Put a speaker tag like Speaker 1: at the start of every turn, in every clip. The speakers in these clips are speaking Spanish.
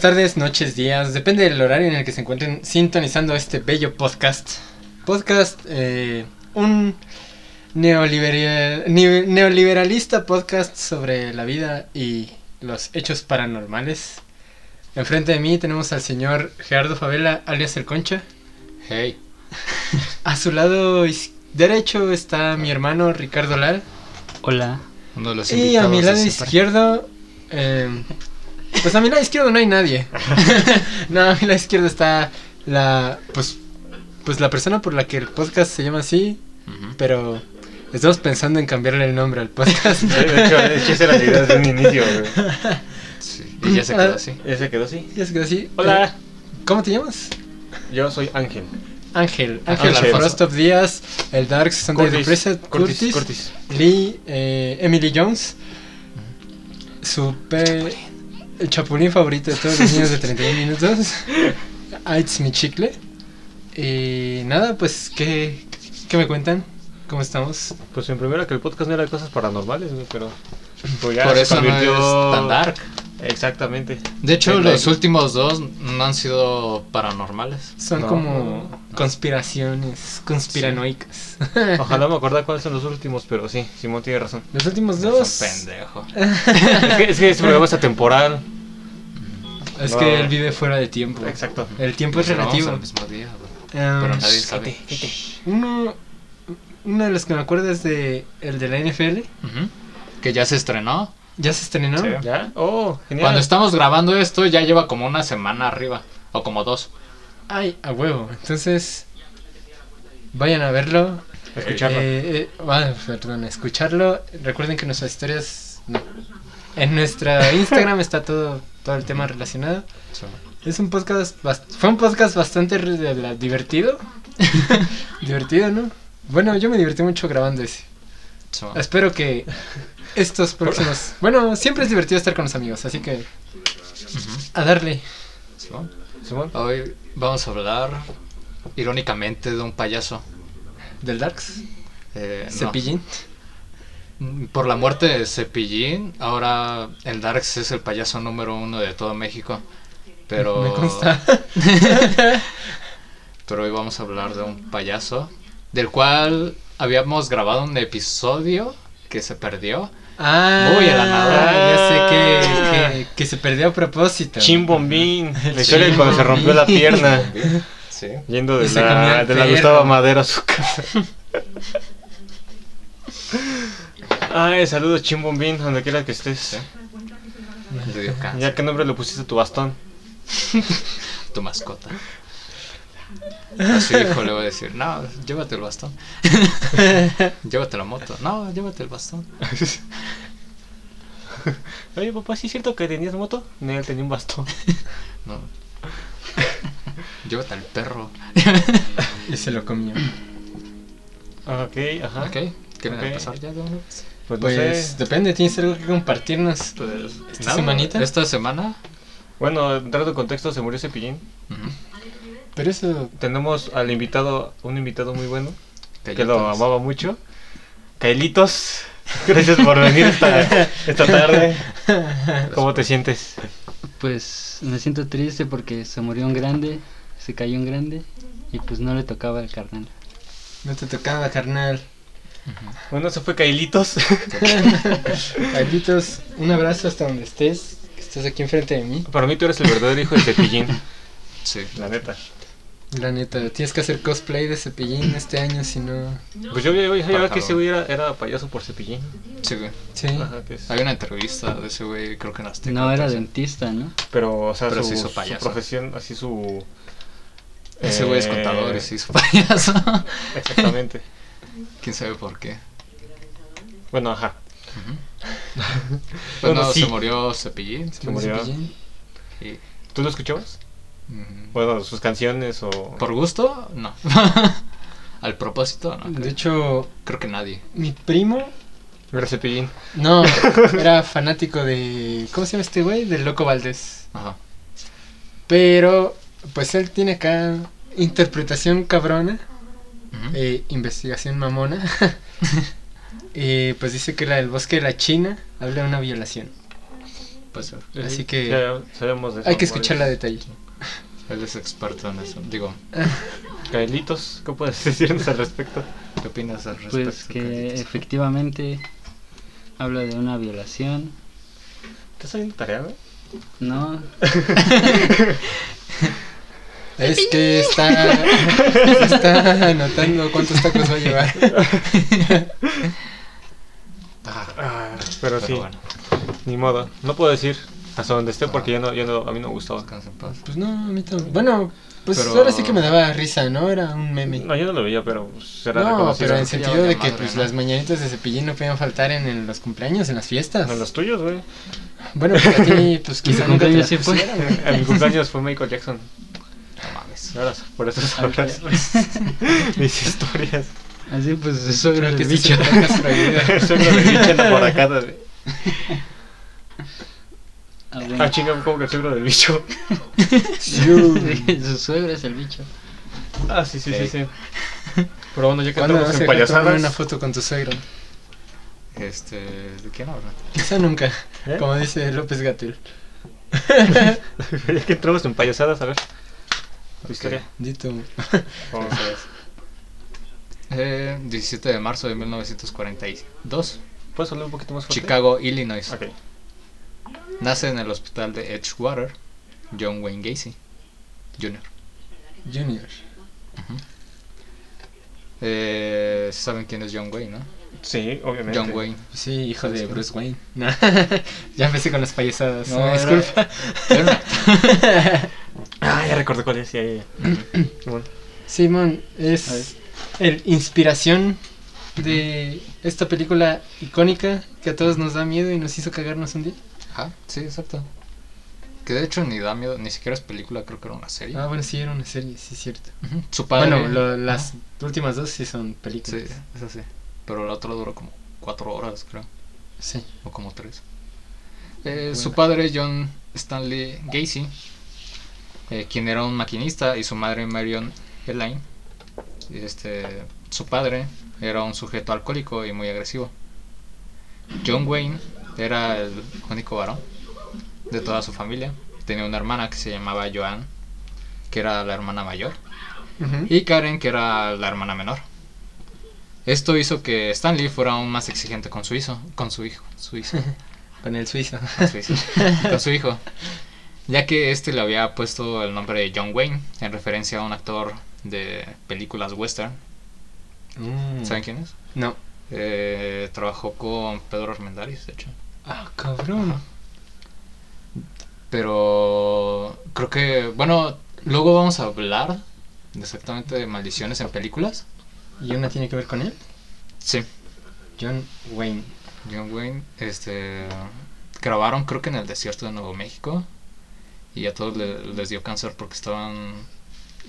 Speaker 1: tardes, noches, días, depende del horario en el que se encuentren sintonizando este bello podcast. Podcast, eh, un neoliberal, ni- neoliberalista podcast sobre la vida y los hechos paranormales. Enfrente de mí tenemos al señor Gerardo Favela, alias El Concha.
Speaker 2: Hey,
Speaker 1: A su lado is- derecho está mi hermano Ricardo Lal.
Speaker 3: Hola.
Speaker 2: uno de los
Speaker 1: Y a mi
Speaker 2: invitados
Speaker 1: lado
Speaker 2: de siempre.
Speaker 1: izquierdo. eh, pues a mi lado izquierdo no hay nadie. no, a mi lado izquierdo está la. Pues, pues la persona por la que el podcast se llama así,
Speaker 2: Ujú.
Speaker 1: pero estamos pensando en cambiarle el nombre al podcast.
Speaker 4: De hecho, de hecho, esa era la idea desde un inicio, güey.
Speaker 2: Sí, y ya se quedó así.
Speaker 4: Ya se quedó así.
Speaker 1: Ya se quedó así. Eh,
Speaker 3: Hola.
Speaker 1: ¿Cómo te llamas?
Speaker 4: Yo soy Ángel.
Speaker 1: Ángel. Ángel
Speaker 2: Ángel.
Speaker 1: Frostov Díaz, el Dark Sunday
Speaker 4: Curtis,
Speaker 1: Repressed,
Speaker 4: Curtis,
Speaker 1: Curtis,
Speaker 4: Curtis.
Speaker 1: Lee, eh, Emily Jones. Super. El chapulín favorito de todos los niños de 31 minutos. Aids mi chicle. Y nada, pues, ¿qué, qué me cuentan? ¿Cómo estamos?
Speaker 4: Pues en primera que el podcast no era de cosas paranormales, güey, pero pues ya
Speaker 2: Por
Speaker 4: se
Speaker 2: eso no
Speaker 4: convirtió-
Speaker 2: es tan dark.
Speaker 4: Exactamente.
Speaker 2: De hecho,
Speaker 4: Perfecto.
Speaker 2: los últimos dos no han sido paranormales.
Speaker 1: Son
Speaker 4: No.
Speaker 1: como conspiraciones conspiranoicas.
Speaker 4: Ojalá me acordara cuáles son los últimos, pero sí, Simón tiene razón.
Speaker 1: Los últimos
Speaker 2: Es
Speaker 1: dos.
Speaker 2: un pendejo.
Speaker 4: Es que, es que este programa es atemporal.
Speaker 1: Es
Speaker 4: No.
Speaker 1: que él vive fuera de tiempo.
Speaker 4: Exacto.
Speaker 1: El tiempo es
Speaker 2: Pero vamos
Speaker 1: relativo.
Speaker 2: al mismo día, güey.
Speaker 1: Ah,
Speaker 2: Pero nadie sabe.
Speaker 1: Uno, uno de los que me acuerdo es de el de la NFL.
Speaker 2: Ujú. Que ya se estrenó.
Speaker 1: Ya se estrenó.
Speaker 4: Sí. ¿Ya? Oh, genial.
Speaker 2: Cuando estamos grabando esto, ya lleva como una semana arriba. O como dos.
Speaker 1: Ay, a huevo. Entonces, vayan a verlo.
Speaker 4: Escucharlo.
Speaker 1: Eh, eh, ah, perdón, escucharlo. Recuerden que nuestras historias. No. En nuestra Instagram está todo, todo el tema relacionado. Es un podcast. bast- Fue un podcast bastante re- de la- divertido. divertido, ¿no? Bueno, yo me divertí mucho grabando ese.
Speaker 2: Sí.
Speaker 1: Espero que estos próximos. Bueno, siempre es divertido estar con los amigos, así que. A darle.
Speaker 2: Sí.
Speaker 4: Simón.
Speaker 2: Hoy vamos a hablar, irónicamente, de un payaso.
Speaker 1: Del Darks.
Speaker 2: Eh, no.
Speaker 1: Cepillín.
Speaker 2: Mm, Por la muerte de Cepillín, ahora el Darks es el payaso número uno de todo México. Pero.
Speaker 1: Me consta.
Speaker 2: Pero hoy vamos a hablar de un payaso del cual habíamos grabado un episodio que se perdió.
Speaker 1: Ah,
Speaker 2: Muy a la nada.
Speaker 1: Ya sé que, que, que se perdió a propósito.
Speaker 4: Chimbombín. La historia de cuando se rompió la pierna.
Speaker 2: Sí.
Speaker 4: Yendo
Speaker 1: Y
Speaker 4: de
Speaker 1: se comió
Speaker 4: la,
Speaker 1: el
Speaker 4: de la
Speaker 1: perro.
Speaker 4: Gustavo Madero a su casa. Ay, saludos Chimbombín, donde quiera que estés.
Speaker 2: Le dio cáncer,
Speaker 4: Ya qué nombre le pusiste a tu bastón.
Speaker 2: tu mascota. Así hijo le voy a decir, no, llévate el bastón. llévate la moto. No, llévate el bastón.
Speaker 4: Oye, papá, ¿sí es cierto que tenías moto? No, él tenía un bastón.
Speaker 2: No. llévate al perro.
Speaker 1: Y se lo comió.
Speaker 4: Ok, ajá.
Speaker 2: Ok, ¿quieren
Speaker 4: Ah. Ok.
Speaker 2: empezar ya de una vez?
Speaker 4: Pues, no
Speaker 1: Pues
Speaker 4: sé. Pues,
Speaker 1: depende, tienes algo que compartirnos. ¿Esta
Speaker 2: Nada,
Speaker 1: semanita?
Speaker 2: Esta semana.
Speaker 4: Bueno, dando contexto, se murió Cepillín.
Speaker 2: Ujú.
Speaker 1: Pero eso.
Speaker 4: Tenemos al invitado, un invitado muy bueno, que lo
Speaker 2: Cayetas.
Speaker 4: amaba mucho. Caelitos, gracias por venir esta, esta tarde. ¿Cómo te sientes?
Speaker 3: Pues me siento triste porque se murió un grande, se cayó un grande y pues no le tocaba al carnal.
Speaker 1: No te tocaba, carnal.
Speaker 4: Bueno, se fue Caelitos.
Speaker 1: Carlitos, un abrazo hasta donde estés. Que estás aquí enfrente de mí.
Speaker 4: Para mí tú eres el verdadero hijo de Cepillín,
Speaker 2: Sí.
Speaker 4: la neta.
Speaker 1: La neta, tienes que hacer cosplay de cepillín este año, si no.
Speaker 4: Pues yo veía
Speaker 2: Pájaro.
Speaker 4: que ese güey era, era payaso por Cepillín.
Speaker 2: Sí, güey.
Speaker 1: Sí.
Speaker 4: Ajá, que es-
Speaker 2: Hay una entrevista de ese güey, creo que en Azteca.
Speaker 3: No era
Speaker 2: entonces.
Speaker 3: dentista, ¿no?
Speaker 4: Pero, o sea,
Speaker 2: Pero
Speaker 4: su,
Speaker 2: se hizo
Speaker 4: su
Speaker 2: payaso.
Speaker 4: profesión, así su...
Speaker 2: Ese güey es
Speaker 4: eh,
Speaker 2: contador y se hizo payaso.
Speaker 4: Exactamente.
Speaker 2: ¿Quién sabe por qué?
Speaker 4: Bueno, ajá.
Speaker 2: Pues
Speaker 4: Bueno,
Speaker 2: no,
Speaker 4: sí.
Speaker 2: se murió Cepillín.
Speaker 1: Se murió
Speaker 4: murió.
Speaker 1: Cepillín.
Speaker 2: y-
Speaker 4: ¿Tú lo escuchabas?
Speaker 2: mm,
Speaker 4: Bueno, sus canciones o...
Speaker 2: ¿Por gusto? No. Al propósito,
Speaker 4: Ah,
Speaker 2: no.
Speaker 1: De hecho,
Speaker 2: Creo que nadie.
Speaker 1: mi primo.
Speaker 4: Era Cepillín.
Speaker 1: No, era fanático de. ¿Cómo se llama este güey? Del Loco Valdés.
Speaker 2: Ajá.
Speaker 1: Pero, pues él tiene acá interpretación cabrona,
Speaker 2: Ujú.
Speaker 1: eh, investigación mamona. Eh, y pues dice que la del bosque de la China habla de una violación.
Speaker 2: pasar.
Speaker 1: Así que
Speaker 4: Ya sabemos de
Speaker 1: hay que
Speaker 4: rumores.
Speaker 1: escucharla a detalle.
Speaker 2: Él es experto en eso. Digo,
Speaker 4: Caelitos, ¿qué puedes decirnos al respecto?
Speaker 2: ¿qué opinas al respecto?
Speaker 3: Pues que
Speaker 2: Carlitos?
Speaker 3: efectivamente habla de una violación.
Speaker 4: ¿Estás haciendo tarea, güey?
Speaker 3: No,
Speaker 1: Es que está, se está anotando cuántos tacos va a llevar.
Speaker 2: Ah,
Speaker 4: Ah, pero, sí,
Speaker 2: bueno,
Speaker 4: ni modo. No puedo decir hasta donde esté porque yo no, yo no, a mí no me gustaba.
Speaker 2: descansa en paz.
Speaker 1: Pues no, a mí también. Bueno, pues
Speaker 2: Pero-
Speaker 1: ahora sí que me daba risa, ¿no? Era un meme.
Speaker 4: No, yo no lo veía, pero será
Speaker 1: No,
Speaker 4: reconocido.
Speaker 1: pero en
Speaker 2: Sí,
Speaker 1: sentido de
Speaker 2: valió
Speaker 1: que
Speaker 2: madre,
Speaker 1: pues,
Speaker 2: ¿no?
Speaker 1: las mañanitas de cepillín no podían faltar en, en los cumpleaños, en las fiestas.
Speaker 4: No, los tuyos, güey.
Speaker 1: Bueno, pero a ti pues quizá
Speaker 3: tu
Speaker 1: nunca te
Speaker 3: cumpleaños
Speaker 1: las
Speaker 3: sí fue.
Speaker 1: pusieron, güey.
Speaker 4: En mi cumpleaños fue Michael Jackson.
Speaker 2: No mames.
Speaker 4: Ahora, por eso sabrás mis historias.
Speaker 3: así pues eso era
Speaker 1: Creo
Speaker 3: el
Speaker 1: que
Speaker 3: bicho.
Speaker 1: bicho tacas prohibidas.
Speaker 4: Eso me bicho en la porracada, güey.
Speaker 3: Ah, bueno.
Speaker 4: Ah, chinga, como que el suegro del bicho.
Speaker 3: Su suegro es el bicho.
Speaker 4: Ah, sí, sí, sí, sí. Pero bueno, ya que
Speaker 1: ¿Cuándo
Speaker 4: estamos
Speaker 1: vas
Speaker 4: en
Speaker 1: a tomar una
Speaker 4: payasadas.
Speaker 1: foto con tu suegro?
Speaker 2: Este, ¿de quién habla?
Speaker 1: Quizá nunca,
Speaker 4: ¿Eh?
Speaker 1: como dice López Gatel.
Speaker 4: ya que entramos en payasadas, a ver. Tu historia.
Speaker 1: Dito.
Speaker 4: Entonces,
Speaker 2: Eh, 17 de marzo de 1942,
Speaker 4: ¿Puedes hablar un poquito más fuerte?
Speaker 2: Chicago, Illinois.
Speaker 4: Ok.
Speaker 2: Nace en el hospital de Edgewater, John Wayne Gacy Jr.
Speaker 1: Junior.
Speaker 2: Eh, Saben quién es John Wayne, ¿no?
Speaker 4: Sí, obviamente.
Speaker 2: John Wayne.
Speaker 1: Sí, hijo de
Speaker 2: Sí.
Speaker 1: Bruce Wayne. No, ya empecé con las payasadas.
Speaker 2: No,
Speaker 1: No,
Speaker 2: era-
Speaker 1: disculpa.
Speaker 2: Era un actor.
Speaker 4: Ah, ya recordé cuál es. Ya, ya, ya. Bueno,
Speaker 1: Simón
Speaker 3: A ver.
Speaker 1: es el inspiración de esta película icónica que a todos nos da miedo y nos hizo cagarnos un día.
Speaker 2: Ajá, sí, exacto. Que de hecho ni da miedo, ni siquiera es película, creo que era una serie.
Speaker 1: Ah, bueno, sí, era una serie, sí, cierto.
Speaker 2: Ujú, Su padre.
Speaker 1: Bueno, lo- las últimas dos sí son películas.
Speaker 2: Sí, esa sí. Pero la otra duró como cuatro horas, creo.
Speaker 1: Sí.
Speaker 2: O como tres. Eh, su padre, John Stanley Gacy, eh, quien era un maquinista, y su madre, Marion Elaine. Este, su padre era un sujeto alcohólico y muy agresivo. John Wayne era el único varón de toda su familia. Tenía una hermana que se llamaba Joan, que era la hermana mayor
Speaker 1: Ujú.
Speaker 2: y Karen, que era la hermana menor. Esto hizo que Stanley fuera aún más exigente con su hijo, con su hijo, su hijo,
Speaker 1: Con el suizo.
Speaker 2: con su hijo, con su hijo, ya que este le había puesto el nombre de John Wayne en referencia a un actor de películas western.
Speaker 1: Mm.
Speaker 2: ¿Saben quién es?
Speaker 1: No.
Speaker 2: Eh, trabajó con Pedro Armendáriz, de hecho.
Speaker 1: Ah, cabrón.
Speaker 2: Pero creo que, bueno, luego vamos a hablar exactamente de maldiciones en películas.
Speaker 1: ¿Y una tiene que ver con él?
Speaker 2: Sí.
Speaker 1: John Wayne.
Speaker 2: John Wayne, este, grabaron creo que en el desierto de Nuevo México y a todos le- les dio cáncer porque estaban,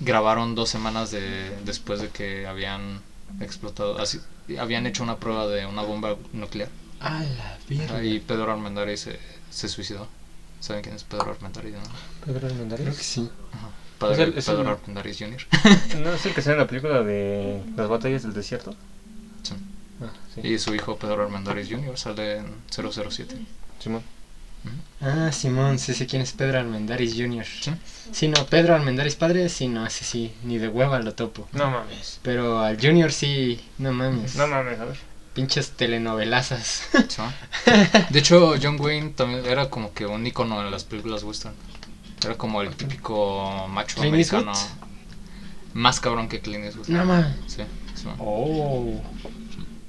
Speaker 2: grabaron dos semanas de, después de que habían explotado, así, habían hecho una prueba de una bomba nuclear
Speaker 1: A la verga.
Speaker 2: y Pedro Armendáriz se, se suicidó. ¿Saben quién es Pedro Armendáriz? no?
Speaker 1: Creo
Speaker 4: Pedro
Speaker 1: que
Speaker 4: Armendáriz.
Speaker 1: sí.
Speaker 2: Ajá. Padre
Speaker 4: el-
Speaker 2: de
Speaker 4: es
Speaker 2: Pedro
Speaker 4: el-
Speaker 2: Armendáriz Jr.
Speaker 4: ¿No es el que sale en la película de Las batallas del desierto?
Speaker 2: Sí.
Speaker 4: Ah, sí.
Speaker 2: Y su hijo Pedro Armendáriz Jr. sale en 007.
Speaker 4: Simón.
Speaker 1: Ah, Simón, sí sé quién es Pedro Armendáriz Jr.
Speaker 2: Sí.
Speaker 1: Sí, no, Pedro Armendáriz padre, sí, no, ese sí, ni de hueva lo topo.
Speaker 4: No mames.
Speaker 1: Pero al Junior sí, no mames.
Speaker 4: No mames, a ver.
Speaker 1: Pinches telenovelazas.
Speaker 2: Sí. De hecho, John Wayne también era como que un icono en las películas western. Era como el típico macho
Speaker 1: ¿Clint
Speaker 2: americano.
Speaker 1: Eastwood?
Speaker 2: Más cabrón que Clint Eastwood.
Speaker 1: no mames.
Speaker 2: Sí, sí.
Speaker 1: Oh.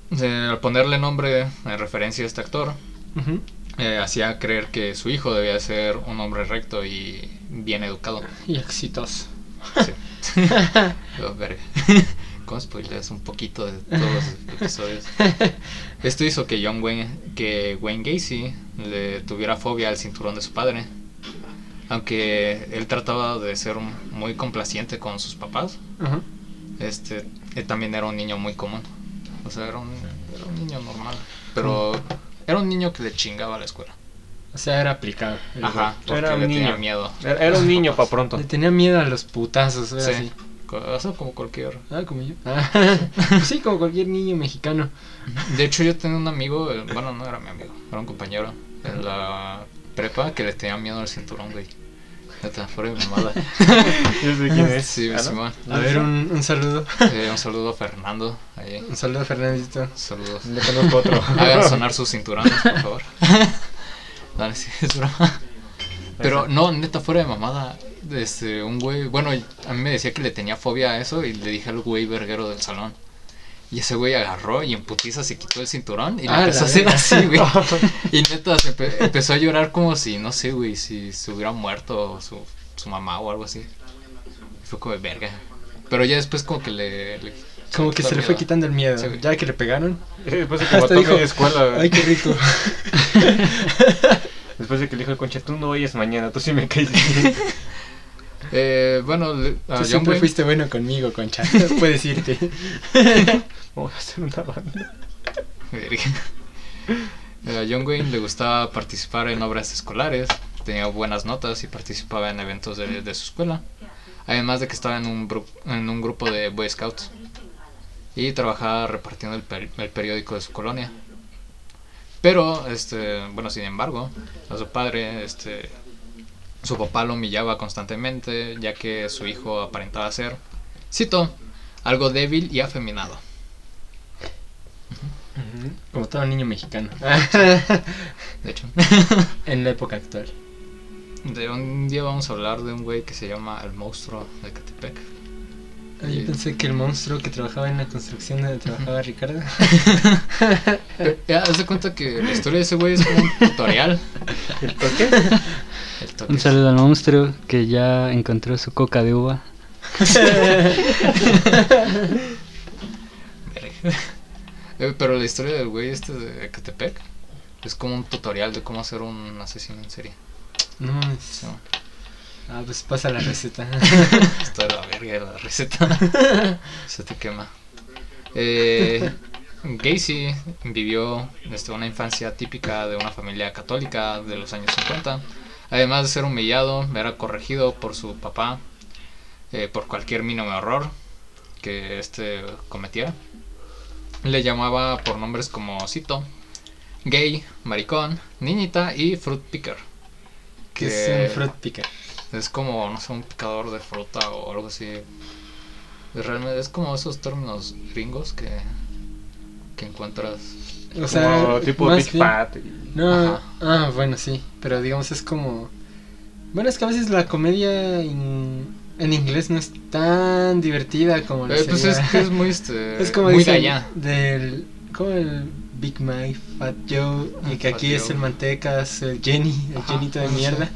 Speaker 2: Eh, al ponerle nombre en referencia a este actor,
Speaker 1: Ujú.
Speaker 2: eh, hacía creer que su hijo debía ser un hombre recto y bien educado.
Speaker 1: Y exitoso.
Speaker 2: Sí. Oh, verga. ¿Cómo spoileas un poquito de todos los episodios? Esto hizo que John Wayne, que Wayne Gacy le tuviera fobia al cinturón de su padre. Aunque él trataba de ser muy complaciente con sus papás,
Speaker 1: Ajá.
Speaker 2: este, él también era un niño muy común. O sea, era un, era un niño normal. Pero era un niño que le chingaba a la escuela.
Speaker 1: O sea, era aplicado. el
Speaker 2: Ajá, porque
Speaker 4: Era un
Speaker 2: le tenía
Speaker 4: niño.
Speaker 2: miedo.
Speaker 4: Era, era un niño pa' pronto.
Speaker 1: güey. Le tenía miedo a los putazos, era
Speaker 2: Sí.
Speaker 1: así.
Speaker 2: Co- o sea, como cualquier
Speaker 1: Ah, como yo. Ah, pues sí, como cualquier niño mexicano.
Speaker 2: De hecho, yo tenía un amigo, eh, bueno, no era mi amigo, era un compañero en la prepa que le tenía miedo al cinturón, güey. Neta, fuera de mamada.
Speaker 4: Yo sé quién es.
Speaker 2: Sí,
Speaker 4: ¿Ah, no?
Speaker 2: Simón.
Speaker 1: A ver, un, un saludo.
Speaker 2: Eh, un saludo a Fernando. Ahí.
Speaker 1: Un saludo a Fernandito.
Speaker 2: Saludos.
Speaker 4: pues, Le conozco otro.
Speaker 2: Hagan sonar sus cinturones, por favor. No, no, sí, es broma. Pero no, neta, fuera de mamada. Este, un güey, bueno, a mí me decía que le tenía fobia a eso y le dije al güey verguero del salón. Y ese güey agarró y en putiza se quitó el cinturón y le
Speaker 1: Ah,
Speaker 2: empezó
Speaker 1: la
Speaker 2: a hacer
Speaker 1: verga.
Speaker 2: así, güey. Y neta, se empe- empezó a llorar como si, no sé, güey, si se hubiera muerto su, su mamá o algo así. Y fue como de verga. Pero ya después como que le... le-
Speaker 1: Como que se le fue
Speaker 2: miedo.
Speaker 1: quitando el miedo.
Speaker 2: Sí, güey.
Speaker 1: Ya que le pegaron.
Speaker 4: Eh, Después de que
Speaker 1: Hasta
Speaker 4: mató
Speaker 1: dijo,
Speaker 4: media escuela.
Speaker 1: ay, qué rico.
Speaker 4: Después de que le dijo el concha, tú no vayas mañana, tú sí me caes.
Speaker 2: Eh, bueno, le- a
Speaker 1: Tú
Speaker 2: John
Speaker 1: siempre
Speaker 2: Wayne-
Speaker 1: fuiste bueno conmigo, concha. Puedes irte.
Speaker 4: Vamos a hacer una banda.
Speaker 2: Verga. Eh, A John Wayne le gustaba participar en obras escolares, tenía buenas notas y participaba en eventos de, de su escuela, además de que estaba en un, bru- en un grupo de Boy Scouts y trabajaba repartiendo el, per- el periódico de su colonia. Pero, este, bueno, sin embargo, a su padre, este, su papá lo humillaba constantemente, ya que su hijo aparentaba ser, cito, algo débil y afeminado.
Speaker 1: Como todo niño mexicano.
Speaker 2: De hecho.
Speaker 1: en la época actual.
Speaker 2: De un día vamos a hablar de un güey que se llama El Monstruo de Catepec.
Speaker 3: Eh.
Speaker 1: Ah, Yo pensé que el monstruo que trabajaba en la construcción donde trabajaba Ricardo.
Speaker 2: Eh, Ya, haz de cuenta que la historia de ese güey es como un tutorial.
Speaker 4: ¿El toque?
Speaker 2: El toque.
Speaker 3: Un saludo al monstruo que ya encontró su coca de uva.
Speaker 2: Eh, Pero la historia del güey este de Catepec es como un tutorial de cómo hacer un asesino en serie.
Speaker 1: No mames.
Speaker 2: No.
Speaker 1: Ah, pues pasa la receta.
Speaker 2: Está de la verga de la receta. Se te quema. Eh, Gacy vivió este, una infancia típica de una familia católica de los años 50. Además de ser humillado, era corregido por su papá eh, por cualquier mínimo error que este cometiera. Le llamaba por nombres como Cito, gay, maricón, niñita y fruit picker.
Speaker 1: que es un fruit picker.
Speaker 2: Es como, no sé, un picador de fruta o algo así. Realmente es como esos términos gringos que, que encuentras.
Speaker 1: O
Speaker 4: Como tipo
Speaker 1: más
Speaker 4: Big
Speaker 1: bien-
Speaker 4: Fat. y-
Speaker 1: No,
Speaker 2: Ajá.
Speaker 1: ah, bueno, sí, pero digamos es como... Bueno, es que a veces la comedia in- en inglés no es tan divertida como la
Speaker 2: Eh, pues es
Speaker 1: sería-
Speaker 2: que es muy, este,
Speaker 1: Es como
Speaker 2: muy de
Speaker 1: dicen
Speaker 2: allá.
Speaker 1: del... Como el Big Mike, Fat Joe, y
Speaker 2: Ah,
Speaker 1: que aquí
Speaker 2: Fat
Speaker 1: es
Speaker 2: Joe.
Speaker 1: el Mantecas, el Jenny, el
Speaker 2: Ajá,
Speaker 1: Jenito de
Speaker 2: no sé.
Speaker 1: mierda.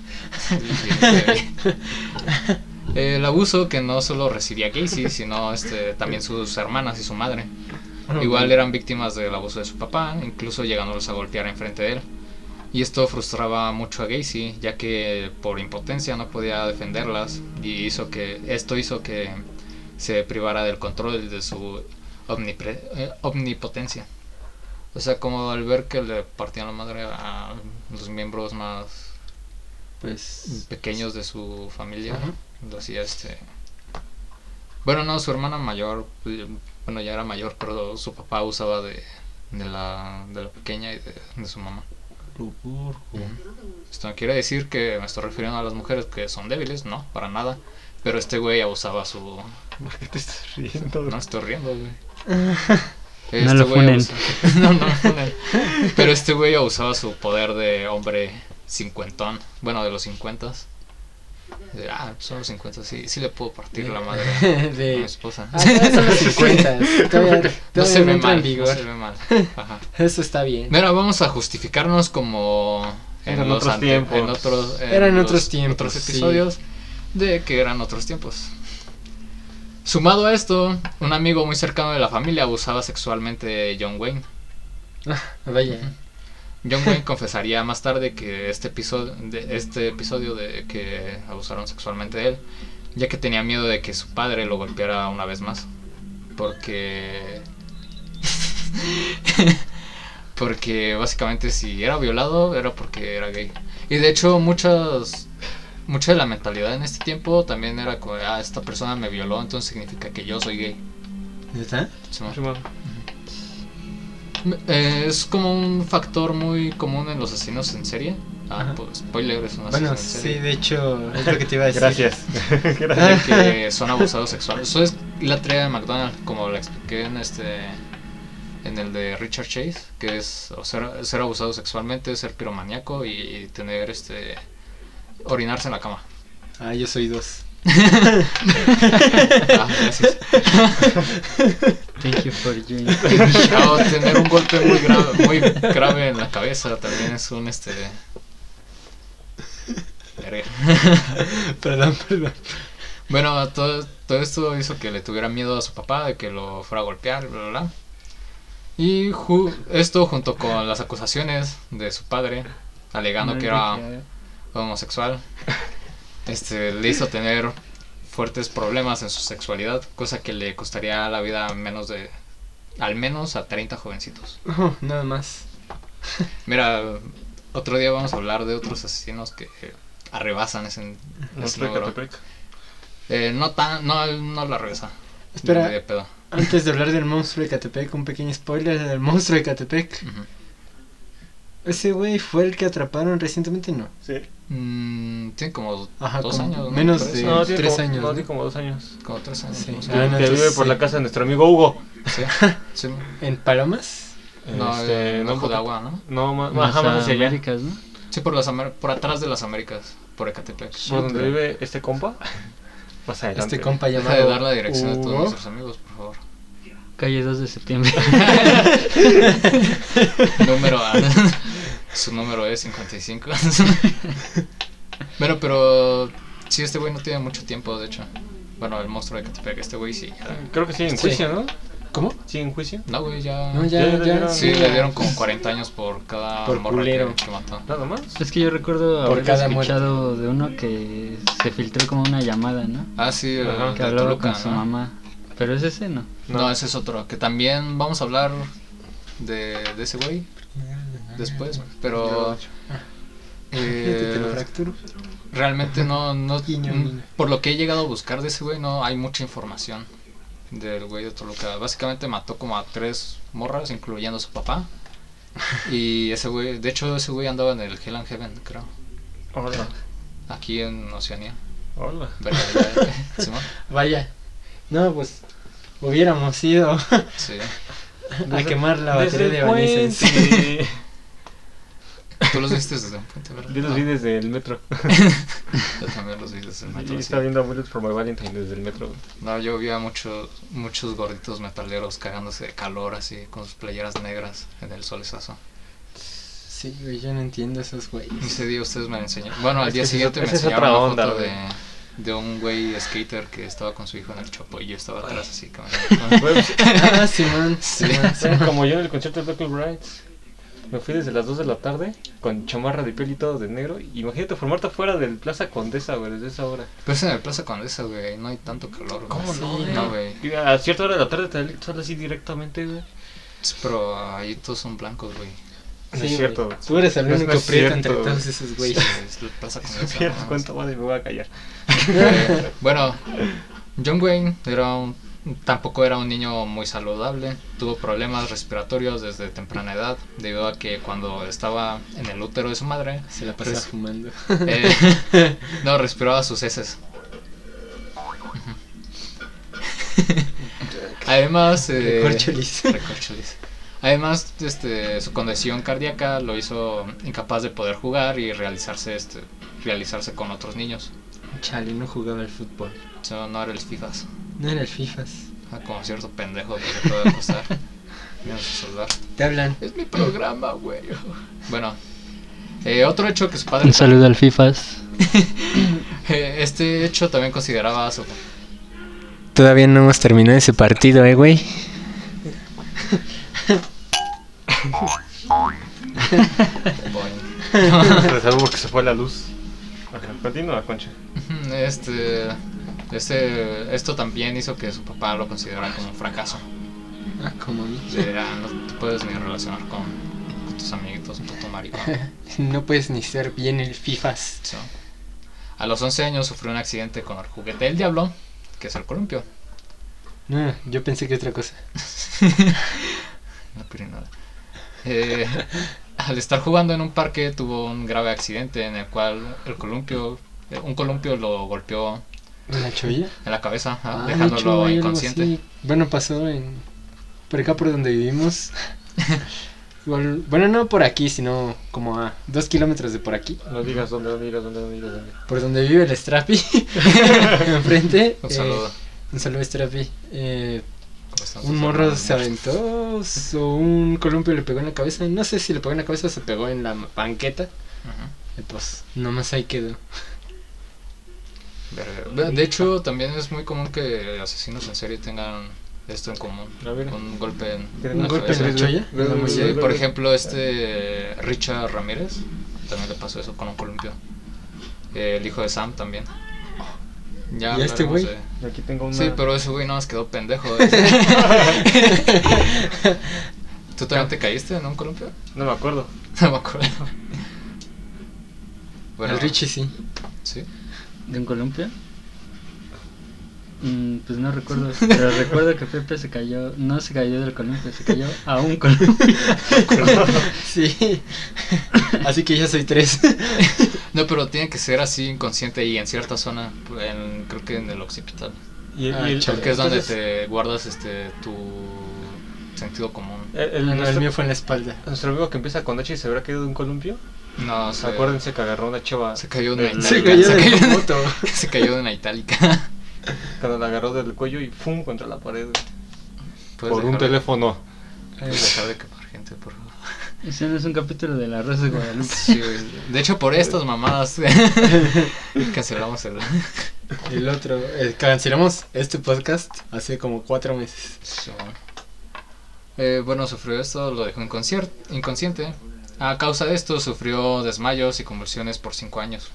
Speaker 2: El abuso que no solo recibía Casey, sino este, también sus hermanas y su madre. Igual eran víctimas del abuso de su papá, incluso llegándolos a golpear enfrente de él. Y esto frustraba mucho a Gacy, ya que por impotencia no podía defenderlas y hizo que esto hizo que se privara del control de su omnipre- eh, omnipotencia. O sea, como al ver que le partían la madre a los miembros más
Speaker 1: Pues...
Speaker 2: pequeños de su familia,
Speaker 1: Ajá.
Speaker 2: lo hacía este... Bueno, no, su hermana mayor, eh, bueno, ya era mayor, pero su papá usaba de, de, la, de la pequeña y de, de su mamá. Esto no quiere decir que me estoy refiriendo a las mujeres que son débiles, no, para nada. Pero este güey abusaba su...
Speaker 4: ¿Por qué te estás riendo?
Speaker 2: No estoy riendo, güey. Este
Speaker 3: No lo
Speaker 2: güey
Speaker 3: funen.
Speaker 2: abusaba- no, no lo funen. Pero este güey abusaba su poder de hombre cincuentón. Bueno, de los cincuentas. De, ah, son los cincuentas, sí, sí le puedo partir la madre a mi
Speaker 1: de...
Speaker 2: esposa.
Speaker 1: Ah, todavía son los 50. Todavía,
Speaker 2: No
Speaker 1: todavía
Speaker 2: se ve
Speaker 1: entra en
Speaker 2: mal, no
Speaker 1: vigor.
Speaker 2: se ve mal. Ajá.
Speaker 1: Eso está bien.
Speaker 2: Mira, vamos a justificarnos como
Speaker 4: Eran
Speaker 2: los
Speaker 4: otros tiempos.
Speaker 2: En otros,
Speaker 1: Eran
Speaker 2: los
Speaker 1: otros tiempos,
Speaker 2: otros
Speaker 1: sí.
Speaker 2: episodios de que eran otros tiempos. Sumado a esto, un amigo muy cercano de la familia abusaba sexualmente de John Wayne.
Speaker 1: Vaya.
Speaker 2: John Wayne confesaría más tarde que este episodio, de, este episodio de que abusaron sexualmente de él, ya que tenía miedo de que su padre lo golpeara una vez más, porque porque básicamente si era violado era porque era gay. Y de hecho muchas mucha de la mentalidad en este tiempo también era como ah esta persona me violó entonces significa que yo soy gay.
Speaker 1: ¿Está?
Speaker 2: Simón.
Speaker 4: Simón.
Speaker 2: Eh, Es como un factor muy común en los asesinos en serie, Ah, pues, spoiler, es una
Speaker 1: Bueno,
Speaker 2: asesina
Speaker 1: sí,
Speaker 2: en
Speaker 1: de hecho, es lo que te iba a decir.
Speaker 4: Gracias.
Speaker 2: serie
Speaker 4: Gracias.
Speaker 2: de que son abusados sexuales. Eso es la tarea de McDonald's, como la expliqué en este en el de Richard Chase, que es o ser, ser abusado sexualmente, ser piromaníaco y, tener este orinarse en la cama.
Speaker 1: Ah, yo soy dos.
Speaker 2: Ah, gracias.
Speaker 3: Thank you for you.
Speaker 2: O tener un golpe muy grave, muy grave en la cabeza también es un este verga.
Speaker 1: Perdón, perdón.
Speaker 2: Bueno, todo, todo esto hizo que le tuviera miedo a su papá de que lo fuera a golpear, bla, bla, bla. Y ju- esto junto con las acusaciones de su padre, alegando que era homosexual, este, le hizo tener fuertes problemas en su sexualidad, cosa que le costaría la vida a menos de, al menos a 30 jovencitos.
Speaker 1: Oh, nada más.
Speaker 2: Mira, otro día vamos a hablar de otros asesinos que eh, arrebasan ese, ese logro. Eh, no tan, no, no la regresa.
Speaker 1: Espera.
Speaker 2: De pedo.
Speaker 1: Antes de hablar del monstruo de Catepec, un pequeño spoiler del monstruo de Catepec.
Speaker 2: Ujú.
Speaker 1: Ese güey fue el que atraparon recientemente, ¿no?
Speaker 4: Sí.
Speaker 2: Mm, tiene como
Speaker 1: Ajá,
Speaker 2: dos
Speaker 1: como
Speaker 2: años. ¿no?
Speaker 1: menos
Speaker 2: Tres,
Speaker 1: de-
Speaker 2: ¿no?
Speaker 4: No, tiene
Speaker 1: tres
Speaker 4: como,
Speaker 1: años,
Speaker 4: No,
Speaker 1: ¿no?
Speaker 4: tiene como dos años.
Speaker 2: Como tres años.
Speaker 1: Sí.
Speaker 2: no sé.
Speaker 1: Ah, no,
Speaker 4: que vive
Speaker 1: entonces
Speaker 4: por la
Speaker 1: sí.
Speaker 4: casa de nuestro amigo Hugo.
Speaker 2: Sí, sí.
Speaker 1: ¿En Palomas?
Speaker 2: No,
Speaker 4: Este,
Speaker 2: eh, en
Speaker 4: no,
Speaker 2: Ojo de Agua, ¿no?
Speaker 4: No, ma-
Speaker 3: Las
Speaker 4: ajá, más hacia allá.
Speaker 3: Américas, ¿no?
Speaker 2: Sí, por, las Amer- por atrás de las Américas, por Ecatepec.
Speaker 4: Por donde vive este compa. Más adelante.
Speaker 1: Este compa
Speaker 2: Deja
Speaker 1: llamado.
Speaker 2: de dar la dirección a todos
Speaker 1: Hugo.
Speaker 2: nuestros amigos, por favor.
Speaker 3: Calle 2 de septiembre.
Speaker 2: número A. Su número es 55. bueno, pero sí, este güey no tiene mucho tiempo, de hecho. Bueno, el monstruo de Catepec, este güey sí. ya-
Speaker 4: Creo que sí, en
Speaker 1: Sí.
Speaker 4: juicio, ¿no?
Speaker 1: ¿Cómo?
Speaker 4: Sí, en juicio.
Speaker 2: No, güey, ya.
Speaker 1: No, ya,
Speaker 4: Ya
Speaker 1: ya.
Speaker 4: le dieron-
Speaker 2: Sí, le dieron como 40 años por cada
Speaker 1: Por
Speaker 2: morra que,
Speaker 1: culero.
Speaker 2: que mató.
Speaker 4: Nada más.
Speaker 3: Es que yo recuerdo
Speaker 1: Por
Speaker 3: haber
Speaker 1: cada
Speaker 3: escuchado de uno que se filtró como una llamada, ¿no?
Speaker 2: Ah, sí, el
Speaker 4: Ajá.
Speaker 3: Que
Speaker 2: de
Speaker 3: hablaba
Speaker 2: Toluca,
Speaker 3: con su
Speaker 2: ¿no?
Speaker 3: mamá. Pero es ese, ¿no?
Speaker 2: No, ese es otro. Que también vamos a hablar de, de ese güey
Speaker 4: Ah,
Speaker 2: después. Pero.
Speaker 1: Fíjate, te lo
Speaker 2: Eh,
Speaker 1: fracturo.
Speaker 2: realmente no. no
Speaker 1: Guiño,
Speaker 2: mm,
Speaker 1: guiño.
Speaker 2: por lo que he llegado a buscar de ese güey, no hay mucha información del güey de Toluca. Básicamente mató como a tres morras, incluyendo a su papá. Y ese güey. De hecho, ese güey andaba en el Hell and Heaven, creo.
Speaker 4: Hola.
Speaker 2: Aquí en Oceanía.
Speaker 4: Hola.
Speaker 2: Verga, ya, eh, Simón.
Speaker 1: Vaya. No, pues. Hubiéramos ido a
Speaker 2: Sí.
Speaker 1: quemar la batería de Vanessa.
Speaker 4: Vanessa.
Speaker 2: Tú los viste desde un puente, ¿verdad?
Speaker 4: Yo
Speaker 1: Ah.
Speaker 4: los
Speaker 2: No,
Speaker 4: vi desde el metro.
Speaker 2: Yo también los vi desde el metro,
Speaker 4: Yo
Speaker 2: sí.
Speaker 4: estaba viendo a Bullet for My Valentine desde el metro.
Speaker 2: No, yo vi a muchos, muchos gorditos metaleros cagándose de calor así, con sus playeras negras en el solezazo.
Speaker 1: Sí, güey, yo no entiendo esos güeyes.
Speaker 2: Ese día ustedes me enseñaron. Bueno, al
Speaker 4: Es
Speaker 2: día
Speaker 4: que esa es
Speaker 2: siguiente
Speaker 4: otra-
Speaker 2: me
Speaker 4: esa es
Speaker 2: enseñaron
Speaker 4: otra
Speaker 2: una
Speaker 4: onda,
Speaker 2: foto
Speaker 4: güey.
Speaker 2: de, de un güey skater que estaba con su hijo en el chopo y yo estaba atrás así caminando.
Speaker 4: pues,
Speaker 1: Ah, Simón, Simón,
Speaker 4: Fue
Speaker 1: Simón.
Speaker 4: como yo en el concierto de Black Brides. Me fui desde las 2 de la tarde con chamarra de piel y todo de negro. Imagínate formarte afuera del Plaza Condesa, güey, desde esa hora.
Speaker 2: Pero es en el Plaza Condesa, güey, no hay tanto calor. güey.
Speaker 4: ¿Cómo no,
Speaker 2: Sí,
Speaker 4: güey?
Speaker 2: No, güey.
Speaker 4: Y A cierta hora de la tarde te sale el sol así directamente, güey.
Speaker 2: Sí, Pero ahí todos son blancos, güey.
Speaker 4: No
Speaker 1: Sí,
Speaker 4: es cierto.
Speaker 1: güey. Tú eres el
Speaker 4: No es- no
Speaker 1: único
Speaker 4: es
Speaker 1: prieto entre
Speaker 4: cierto,
Speaker 1: todos
Speaker 4: güey.
Speaker 1: esos
Speaker 2: Sí,
Speaker 1: güeyes.
Speaker 2: es el Plaza
Speaker 4: Es
Speaker 2: Condesa.
Speaker 4: cierto,
Speaker 2: ¿no?
Speaker 4: cuánto madre me voy a callar.
Speaker 2: Eh, bueno, John Wayne era un- tampoco era un niño muy saludable. Tuvo problemas respiratorios desde temprana edad, debido a que cuando estaba en el útero de su madre,
Speaker 1: Se la pasas
Speaker 2: Res-
Speaker 1: fumando.
Speaker 2: Pues, eh, no respiraba sus heces. Además, eh,
Speaker 1: Recorcholis.
Speaker 2: recorcholis. Además, este, su condición cardíaca lo hizo incapaz de poder jugar y realizarse, este, realizarse con otros niños.
Speaker 1: Chale, no jugaba al fútbol.
Speaker 2: Eso no era el FIFAs.
Speaker 1: No era el FIFAs.
Speaker 2: Ah, como cierto pendejo que se puede acostar. Mira su celular.
Speaker 1: Te hablan.
Speaker 2: Es mi programa, güey. Bueno, eh, otro hecho que su padre.
Speaker 3: Un saludo al FIFAS.
Speaker 2: Eh, este hecho también consideraba a su.
Speaker 1: Todavía no hemos terminado ese partido, eh, güey.
Speaker 2: Boing.
Speaker 4: Resalvo porque se fue la luz. Ajá, continúa, concha.
Speaker 2: Este. Este, esto también hizo que su papá lo considerara como un fracaso.
Speaker 1: Ah, como mí.
Speaker 2: De, "Ah, no te puedes ni relacionar con, con tus amiguitos, puto maricón.
Speaker 1: No puedes ni ser bien el FIFAs.
Speaker 2: So, A los 11 años sufrió un accidente con el juguete del diablo, que es el columpio.
Speaker 1: No, yo pensé que otra cosa.
Speaker 2: La pirinola. Eh, al estar jugando en un parque tuvo un grave accidente en el cual el columpio, eh, un columpio lo golpeó
Speaker 1: ¿La chovilla?
Speaker 2: en la cabeza, ajá,
Speaker 1: Ah,
Speaker 2: dejándolo
Speaker 1: Nacho, hay algo
Speaker 2: inconsciente.
Speaker 1: así. Bueno, pasó en. Por acá por donde vivimos. Igual- bueno, no por aquí, sino como a dos kilómetros de por aquí.
Speaker 4: No digas dónde, no digas dónde, no digas dónde.
Speaker 1: Por donde vive el Strapi. Enfrente.
Speaker 2: Un
Speaker 1: eh,
Speaker 2: saludo.
Speaker 1: un saludo, Strapi. Eh,
Speaker 2: ¿Cómo están
Speaker 1: un
Speaker 2: sus
Speaker 1: morro
Speaker 2: hermanos?
Speaker 1: se aventó. O un columpio le pegó en la cabeza. No sé si le pegó en la cabeza o se pegó en la banqueta.
Speaker 2: Ajá.
Speaker 1: Y pues, nomás ahí quedó.
Speaker 2: Verga. De hecho, también es muy común que asesinos en serie tengan esto en común.
Speaker 4: A ver.
Speaker 2: Un golpe en
Speaker 1: ¿Un
Speaker 2: la
Speaker 1: golpe en
Speaker 2: cabeza.
Speaker 1: la cholla?
Speaker 4: Ve, ve,
Speaker 2: Sí,
Speaker 4: ve, ve,
Speaker 2: por
Speaker 4: ve.
Speaker 2: ejemplo, este eh, Richard Ramírez también le pasó eso con un columpio. Eh, el hijo de Sam también. Ya
Speaker 1: ¿Y a este
Speaker 2: hablaremos
Speaker 1: güey?
Speaker 2: de-
Speaker 4: Aquí tengo una.
Speaker 2: Sí, pero ese güey nada más quedó pendejo. ¿Tú también te caíste en un columpio?
Speaker 4: No me acuerdo.
Speaker 2: No me acuerdo.
Speaker 1: el Richie sí.
Speaker 2: Sí.
Speaker 3: ¿De un columpio? Mm, pues no recuerdo, pero recuerdo que Pepe se cayó, no se cayó del columpio, se cayó a un columpio.
Speaker 1: Sí. Así que ya soy tres.
Speaker 2: No, pero tiene que ser así inconsciente y en cierta zona, en- creo que en el occipital.
Speaker 4: Y, y
Speaker 1: Ah,
Speaker 4: el,
Speaker 1: chale.
Speaker 2: Que es donde
Speaker 4: entonces,
Speaker 2: te guardas este tu sentido común.
Speaker 4: el- el-
Speaker 1: Ah, no, el
Speaker 4: nuestro,
Speaker 1: mío fue en la espalda.
Speaker 4: nuestro amigo que empieza con H y se habrá caído de un columpio.
Speaker 2: No, se,
Speaker 4: Acuérdense que agarró una chava.
Speaker 2: se cayó de
Speaker 4: del-
Speaker 2: una
Speaker 1: Se
Speaker 2: itálica.
Speaker 1: cayó de
Speaker 2: de
Speaker 1: la moto.
Speaker 2: se cayó de una itálica.
Speaker 4: Cuando la agarró del cuello y ¡fum! contra la pared.
Speaker 2: Puedes dejar-
Speaker 4: teléfono.
Speaker 2: puedes dejar de quemar gente, por favor.
Speaker 3: Ese no es un capítulo de la Rosa de Guadalupe.
Speaker 2: Sí, güey. de hecho, por estas mamadas cancelamos el.
Speaker 1: El otro, eh, cancelamos este podcast hace como cuatro meses.
Speaker 2: Sí, bueno. Eh, bueno, sufrió esto, lo dejó inconcier- inconsciente. A causa de esto, sufrió desmayos y convulsiones por 5 años.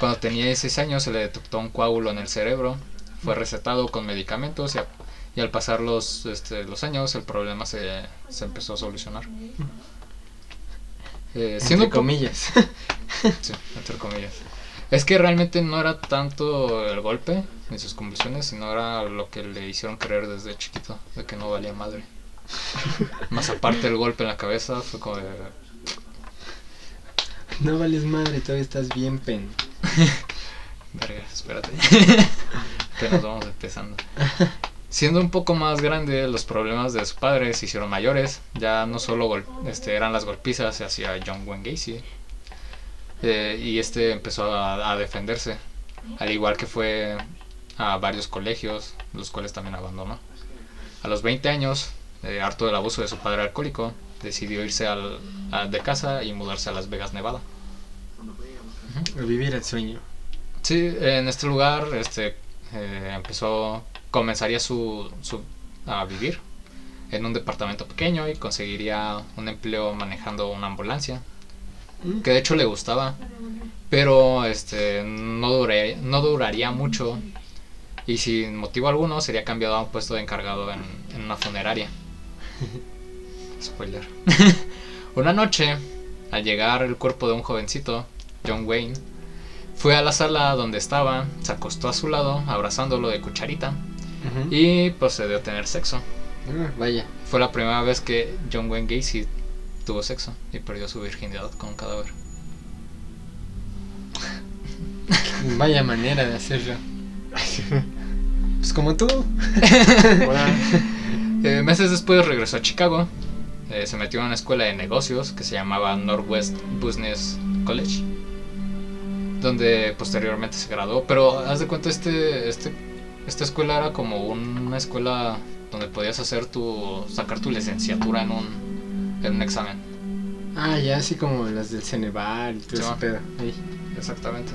Speaker 2: Cuando tenía 16 años, se le detectó un coágulo en el cerebro. Fue recetado con medicamentos y, a- y al pasar los, este, los años, el problema se, se empezó a solucionar. Eh, siendo
Speaker 1: Entre
Speaker 2: po-
Speaker 1: comillas.
Speaker 2: Sí, entre comillas. Es que realmente no era tanto el golpe ni sus convulsiones, sino era lo que le hicieron creer desde chiquito, de que no valía madre. Más aparte el golpe en la cabeza, fue como de,
Speaker 1: No vales madre, todavía estás bien pen.
Speaker 2: verga, espérate. que nos vamos empezando. Siendo un poco más grande, los problemas de su padre se hicieron mayores. Ya no solo gol- este, eran las golpizas hacia John Wayne Gacy. Eh, y este empezó a, a defenderse. Al igual que fue a varios colegios, los cuales también abandonó. A los 20 años, eh, harto del abuso de su padre alcohólico, decidió irse al- a- de casa y mudarse a Las Vegas, Nevada.
Speaker 1: A vivir el sueño.
Speaker 2: Sí, en este lugar este, eh, empezó, comenzaría su, su- a vivir en un departamento pequeño y conseguiría un empleo manejando una ambulancia, que de hecho le gustaba, pero este, no, duré- no duraría mucho y sin motivo alguno sería cambiado a un puesto de encargado en, en una funeraria. Spoiler. una noche, al llegar el cuerpo de un jovencito, John Wayne, fue a la sala donde estaba, se acostó a su lado, abrazándolo de cucharita,
Speaker 1: Ujú.
Speaker 2: y procedió a tener sexo.
Speaker 1: Ah, vaya.
Speaker 2: Fue la primera vez que John Wayne Gacy tuvo sexo y perdió su virginidad con un cadáver.
Speaker 1: Vaya manera de hacerlo. Pues como tú.
Speaker 2: Eh, meses después regresó a Chicago, eh, se metió en una escuela de negocios que se llamaba Northwest Business College, donde posteriormente se graduó, pero haz de cuenta este, este, esta escuela era como una escuela donde podías hacer tu, sacar tu licenciatura en un, en un examen.
Speaker 1: Ah, ya así como las del Ceneval y todo
Speaker 2: Sí,
Speaker 1: ese
Speaker 2: va.
Speaker 1: pedo. Ahí.
Speaker 2: Exactamente.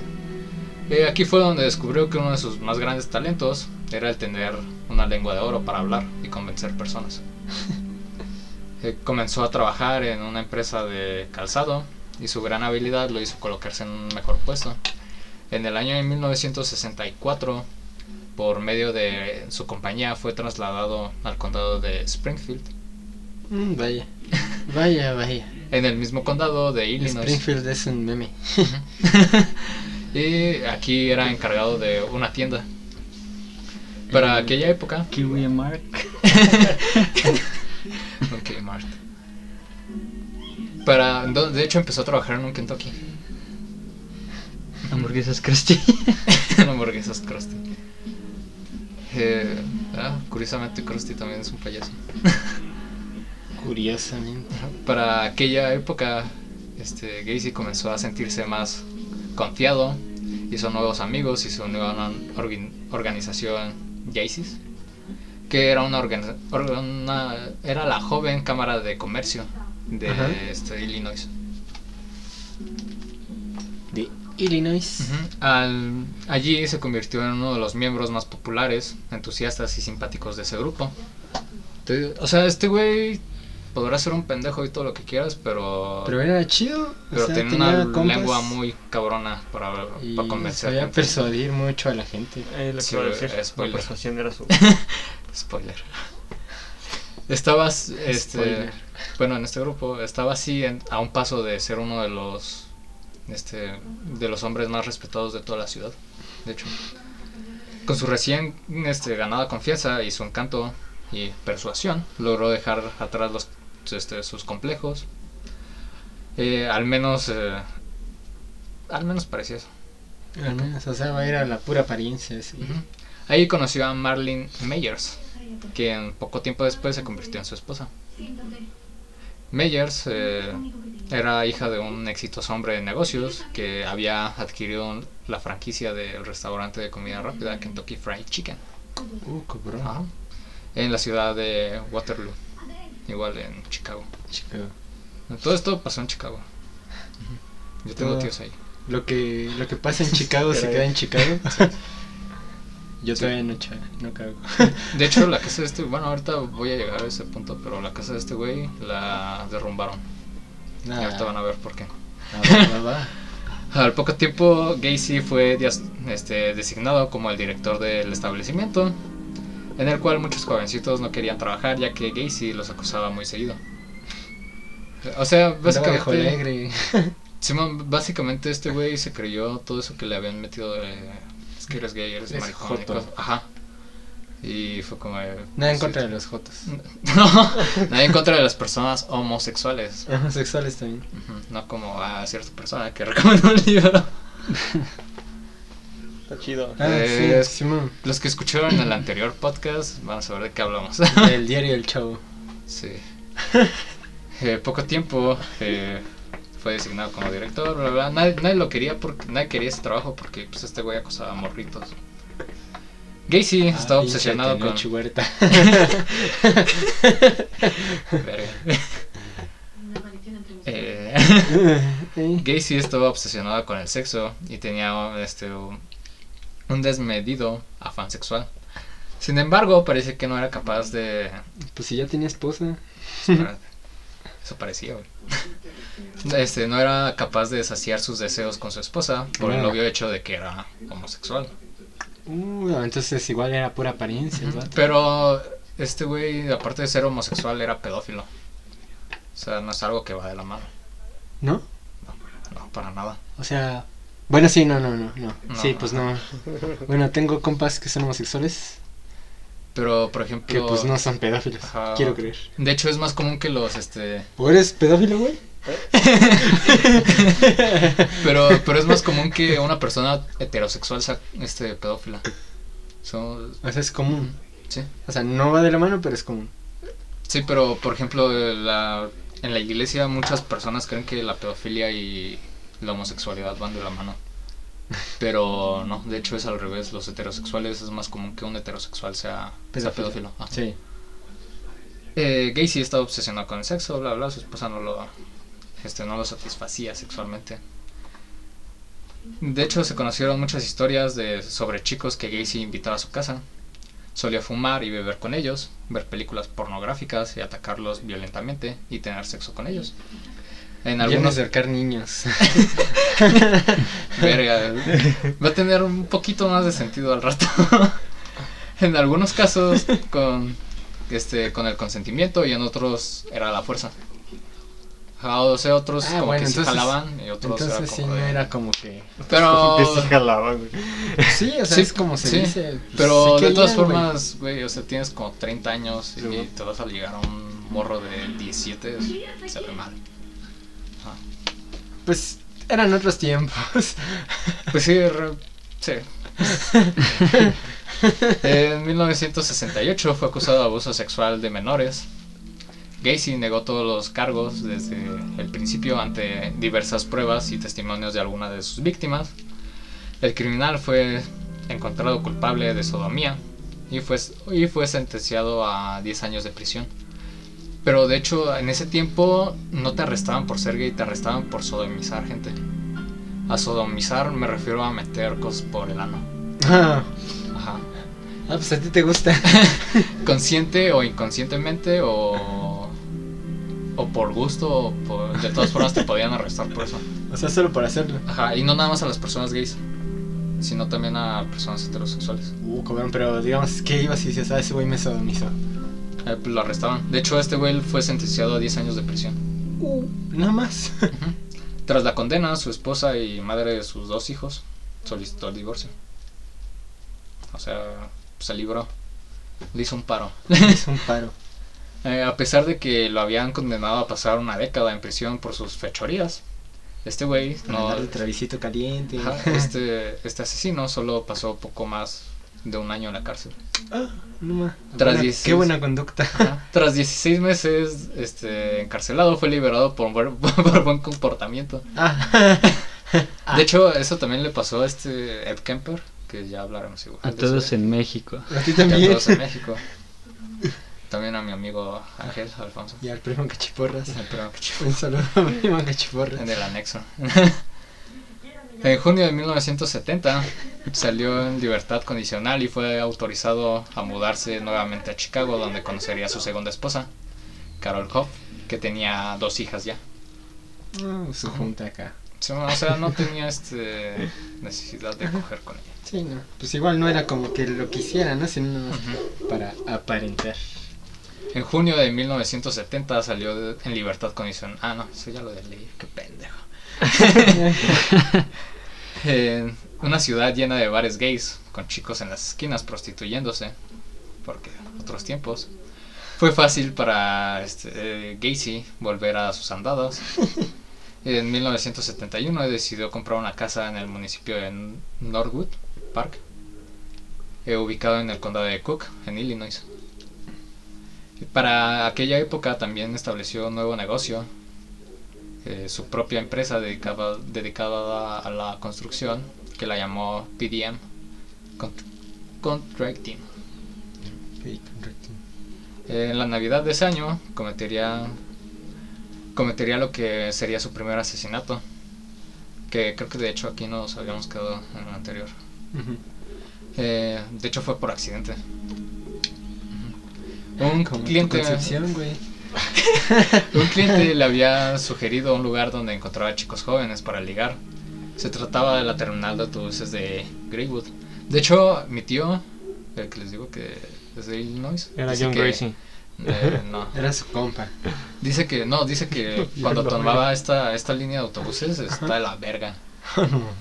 Speaker 2: Eh, aquí fue donde descubrió que uno de sus más grandes talentos era el tener una lengua de oro para hablar y convencer personas. Eh, comenzó a trabajar en una empresa de calzado y su gran habilidad lo hizo colocarse en un mejor puesto. En el año de 1964, por medio de su compañía, fue trasladado al condado de Springfield,
Speaker 1: Mm, vaya. Vaya, vaya.
Speaker 2: en el mismo condado de Illinois.
Speaker 1: Springfield es un meme.
Speaker 2: y aquí era encargado de una tienda. Para aquella época,
Speaker 3: Kiwi Mark.
Speaker 2: un Kmart. Para, do- de hecho empezó a trabajar en un Kentucky.
Speaker 3: Hamburguesas Krusty.
Speaker 2: en hamburguesas Krusty. Eh, ah, curiosamente Krusty también es un payaso.
Speaker 1: Curiosamente.
Speaker 2: Para aquella época, este, Gacy comenzó a sentirse más confiado, hizo nuevos amigos y se unió a una orgui- organización Gacy's, que era una, organ- or- una- era la joven cámara de comercio de
Speaker 1: Ajá.
Speaker 2: este, Illinois.
Speaker 1: De Illinois.
Speaker 2: Ujú. Al- allí se convirtió en uno de los miembros más populares, entusiastas y simpáticos de ese grupo. Te- o sea, este güey podrá ser un pendejo y todo lo que quieras, pero,
Speaker 1: Pero era chido.
Speaker 2: pero
Speaker 1: o sea,
Speaker 2: tenía una
Speaker 1: compas
Speaker 2: lengua muy cabrona para, para
Speaker 1: Y
Speaker 2: convencer.
Speaker 1: sabía
Speaker 2: gente.
Speaker 1: persuadir mucho a la gente.
Speaker 4: Eh, lo que
Speaker 2: Sí,
Speaker 4: iba a
Speaker 2: güey,
Speaker 4: decir,
Speaker 2: es
Speaker 4: la
Speaker 2: spoiler.
Speaker 4: persuasión era su...
Speaker 2: Spoiler. Estabas, este,
Speaker 1: Spoiler.
Speaker 2: bueno, en este grupo estaba así en- a un paso de ser uno de los, este, de los hombres más respetados de toda la ciudad. De hecho, con su recién, este, ganada confianza y su encanto y persuasión, logró dejar atrás los, este, sus complejos. Eh, al menos, eh, al menos parecía eso.
Speaker 1: Al menos, o sea, era la pura apariencia. así.
Speaker 2: Ujú. Ahí conoció a Marlene Meyers, quien poco tiempo después se convirtió en su esposa. Meyers eh, era hija de un exitoso hombre de negocios que había adquirido un- la franquicia del restaurante de comida rápida Kentucky Fried Chicken
Speaker 1: Uh, cabrón.
Speaker 2: ajá, en la ciudad de Waterloo, igual en Chicago.
Speaker 1: Chico.
Speaker 2: Todo esto pasó en Chicago. Yo tengo
Speaker 1: Todo.
Speaker 2: tíos ahí.
Speaker 1: Lo que, lo que pasa en Chicago se
Speaker 4: Caray.
Speaker 1: queda en Chicago. Yo todavía no, cha- no cago.
Speaker 2: De hecho, la casa de este, bueno, ahorita voy a llegar a ese punto, pero la casa de este güey la derrumbaron. Y
Speaker 1: Nada.
Speaker 2: ahorita van a ver por qué.
Speaker 1: Va, va, va.
Speaker 2: Al poco tiempo, Gacy fue dias- este, designado como el director del establecimiento, en el cual muchos jovencitos no querían trabajar ya que Gacy los acusaba muy seguido. O sea,
Speaker 1: Andaba de
Speaker 2: básicamente,
Speaker 1: alegre.
Speaker 2: Simón, básicamente este güey se creyó todo eso que le habían metido de es que eres gay, eres
Speaker 1: Eres
Speaker 2: maricón y
Speaker 1: joto.
Speaker 2: cosas. Ajá. Y fue como... de, pues,
Speaker 1: Nada en
Speaker 2: sí,
Speaker 1: contra de los jotos.
Speaker 2: no, nadie en contra de las personas homosexuales.
Speaker 1: Sexuales también.
Speaker 2: Ujú, No como a cierta persona que recomendó un libro.
Speaker 4: Está chido.
Speaker 1: Ah,
Speaker 2: Eh,
Speaker 1: sí, Simón.
Speaker 2: Los que escucharon el anterior podcast van a saber de qué hablamos.
Speaker 1: El diario del chavo.
Speaker 2: sí. Eh, poco tiempo eh, fue designado como director, bla, bla. Nadie, nadie lo quería porque nadie quería ese trabajo porque pues, este güey acosaba a morritos. Gacy estaba
Speaker 1: Ah, pinche
Speaker 2: obsesionado con.
Speaker 1: Tenoch Huerta.
Speaker 2: Verga. Eh,
Speaker 1: Sí.
Speaker 2: Gacy estaba obsesionado con el sexo y tenía este, un un desmedido afán sexual. Sin embargo, parece que no era capaz de
Speaker 1: Pues si ya tenía esposa.
Speaker 2: Espérate. Ah, Eso parecía, güey. Este, no era capaz de saciar sus deseos con su esposa por el
Speaker 1: Ah.
Speaker 2: obvio hecho de que era homosexual.
Speaker 1: Uh, entonces igual era pura apariencia. el vato.
Speaker 2: Pero este güey, aparte de ser homosexual, era pedófilo. O sea, no es algo que va de la mano.
Speaker 1: ¿No?
Speaker 2: No, para nada.
Speaker 1: O sea, bueno, sí, no, no, no, no.
Speaker 2: No.
Speaker 1: Sí, pues no. Bueno, tengo compas que son homosexuales
Speaker 2: Pero, por ejemplo...
Speaker 1: que pues no son pedófilos,
Speaker 2: Ajá.
Speaker 1: quiero creer.
Speaker 2: De hecho, es más común que los, este...
Speaker 1: ¿O eres pedófilo, güey?
Speaker 2: ¿Eh? Pero, pero es más común que una persona heterosexual sea, este, pedófila. Son...
Speaker 1: O sea, es común.
Speaker 2: Sí.
Speaker 1: O sea, no va de la mano, pero es común.
Speaker 2: Sí, pero por ejemplo, la- en la iglesia muchas personas creen que la pedofilia y la homosexualidad van de la mano. Pero no, de hecho es al revés. Los heterosexuales es más común que un heterosexual sea sea pedófilo. Ah.
Speaker 1: Sí.
Speaker 2: Eh, Gacy estaba obsesionado con el sexo, bla, bla. Su esposa no lo, este, no lo satisfacía sexualmente. De hecho, se conocieron muchas historias de, sobre chicos que Gacy invitaba a su casa. Solía fumar y beber con ellos, ver películas pornográficas y atacarlos violentamente y tener sexo con ellos. En
Speaker 1: Ya no
Speaker 2: algunos
Speaker 1: acercar niños.
Speaker 2: Verga, va a tener un poquito más de sentido al rato. en algunos casos con este con el consentimiento y en otros era la fuerza. Ah, O sea, otros
Speaker 1: Ah,
Speaker 2: como
Speaker 1: bueno,
Speaker 2: que sí
Speaker 1: entonces-
Speaker 2: jalaban y otros era
Speaker 1: Entonces sí,
Speaker 2: como
Speaker 1: no
Speaker 2: de-
Speaker 1: era como que...
Speaker 2: Pero
Speaker 4: Que se jalaba, güey.
Speaker 1: Sí, o sea,
Speaker 2: Sí,
Speaker 1: es como se
Speaker 2: sí.
Speaker 1: dice. pues,
Speaker 2: pero
Speaker 1: sí
Speaker 2: de todas
Speaker 1: querían, güey.
Speaker 2: formas, güey, o sea, tienes como 30 años y
Speaker 4: Sí, güey.
Speaker 2: te vas a ligar a un morro de 17, se ve mal.
Speaker 1: Pues eran otros tiempos.
Speaker 2: Pues sí, re- sí. en 1968 fue acusado de abuso sexual de menores. Gacy negó todos los cargos desde el principio ante diversas pruebas y testimonios de algunas de sus víctimas. El criminal fue encontrado culpable de sodomía y fue, y fue sentenciado a 10 años de prisión. Pero de hecho, en ese tiempo no te arrestaban por ser gay, te arrestaban por sodomizar gente. A sodomizar me refiero a meter cosas por el ano.
Speaker 1: Ah,
Speaker 2: Ajá.
Speaker 1: ah, pues a ti te gusta.
Speaker 2: Consciente o inconscientemente o, o por gusto o por- de todas formas te podían arrestar por eso.
Speaker 1: O sea, solo por hacerlo.
Speaker 2: Ajá, y no nada más a las personas gays, sino también a personas heterosexuales.
Speaker 1: Uh, cabrón, pero digamos que ibas y dices, ah, ese güey me sodomizó.
Speaker 2: Eh, pues lo arrestaban. De hecho, este güey fue sentenciado a 10 años de prisión.
Speaker 1: Uh, nada más.
Speaker 2: Ujú. Tras la condena, su esposa y madre de sus dos hijos solicitó el divorcio. O sea, se libró. Le hizo un paro.
Speaker 1: es un paro.
Speaker 2: Eh, a pesar de que lo habían condenado a pasar una década en prisión por sus fechorías, este güey, no,
Speaker 1: No, el travisito caliente.
Speaker 2: ajá, este, este asesino solo pasó poco más de un año en la cárcel.
Speaker 1: Ah, no más.
Speaker 2: Tras
Speaker 1: Buena-
Speaker 2: 16.
Speaker 1: Qué buena conducta.
Speaker 2: Ajá. Tras 16 meses este, encarcelado, fue liberado por, buen- por buen comportamiento.
Speaker 1: Ah,
Speaker 2: De hecho, eso también le pasó a este Ed Kemper, que ya hablaremos igual.
Speaker 3: A
Speaker 2: de
Speaker 3: todos
Speaker 2: eso,
Speaker 3: en México.
Speaker 1: a ti
Speaker 2: que a
Speaker 1: también.
Speaker 2: todos en México. También a mi amigo Ángel Alfonso.
Speaker 1: Y al primo Cachiporras.
Speaker 2: El primo que
Speaker 1: Un saludo al primo
Speaker 2: En
Speaker 1: Cachiporras.
Speaker 2: el anexo. en junio de 1970 salió en libertad condicional y fue autorizado a mudarse nuevamente a Chicago, donde conocería a su segunda esposa, Carol Hoff, que tenía dos hijas ya.
Speaker 1: Uh, su junta acá.
Speaker 2: Sí, O sea, no tenía este necesidad de coger con ella.
Speaker 1: Sí, no. Pues igual no era como que lo quisiera, ¿no? Sino nada más
Speaker 2: Ujú.
Speaker 1: para aparentar.
Speaker 2: En junio de 1970 salió de- en libertad condicional. Ah, no, eso ya lo leí. Qué pendejo. En una ciudad llena de bares gays, con chicos en las esquinas prostituyéndose, porque otros tiempos. Fue fácil para este, eh, Gacy volver a sus andadas. En 1971 decidió comprar una casa en el municipio de Norwood Park, eh, ubicado en el condado de Cook, en Illinois. Para aquella época también estableció un nuevo negocio, eh, su propia empresa dedicada, dedicada a la construcción, que la llamó PDM, Cont- Contracting.
Speaker 1: Sí, correcto.
Speaker 2: Eh, en la Navidad de ese año cometería, cometería lo que sería su primer asesinato, que creo que de hecho aquí nos habíamos quedado en el anterior.
Speaker 1: Ujú.
Speaker 2: Eh, de hecho fue por accidente. Ujú. Un
Speaker 1: Como tu
Speaker 2: cliente...
Speaker 1: concepción, güey.
Speaker 2: Un cliente le había sugerido un lugar donde encontraba chicos jóvenes para ligar. Se trataba de la terminal de autobuses de Greywood. De hecho, mi tío, el que les digo que es de Illinois,
Speaker 4: Era
Speaker 2: dice
Speaker 4: John
Speaker 2: que-
Speaker 4: Gracie.
Speaker 2: eh, no.
Speaker 1: Era su compa.
Speaker 2: Dice que no, dice que cuando
Speaker 4: lo
Speaker 2: tomaba esta esta línea de autobuses está de la verga.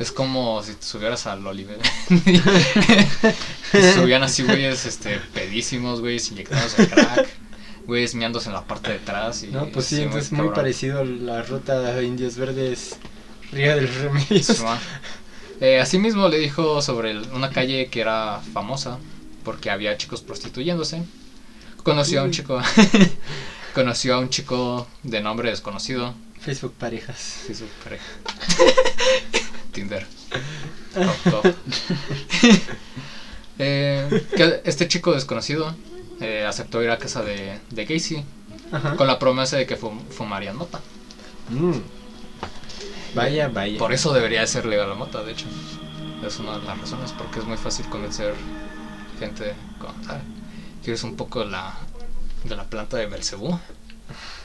Speaker 2: Es como si te subieras al Oliver. Y Subían así güeyes este pedísimos, güeyes inyectándose crack, güeyes meándose en la parte de atrás y
Speaker 1: No, pues sí,
Speaker 2: muy
Speaker 1: entonces muy
Speaker 2: cabrón.
Speaker 1: parecido a la ruta de Indios Verdes Río del Remedios.
Speaker 2: Simón. Eh, asimismo le dijo sobre el- una calle que era famosa porque había chicos prostituyéndose. Conoció a un chico, conoció a un chico de nombre desconocido.
Speaker 1: Facebook parejas.
Speaker 2: Sí, su pareja. Tinder. Top, top. Eh, que este chico desconocido eh, aceptó ir a casa de, de Casey
Speaker 1: Ajá.
Speaker 2: con la promesa de que fum- fumarían mota.
Speaker 1: Mm. Vaya, vaya.
Speaker 2: Por eso debería de ser legal la mota, de hecho. Es una de las razones, porque es muy fácil convencer gente con, ah, ¿quieres un poco de la, de la planta de Belcebú?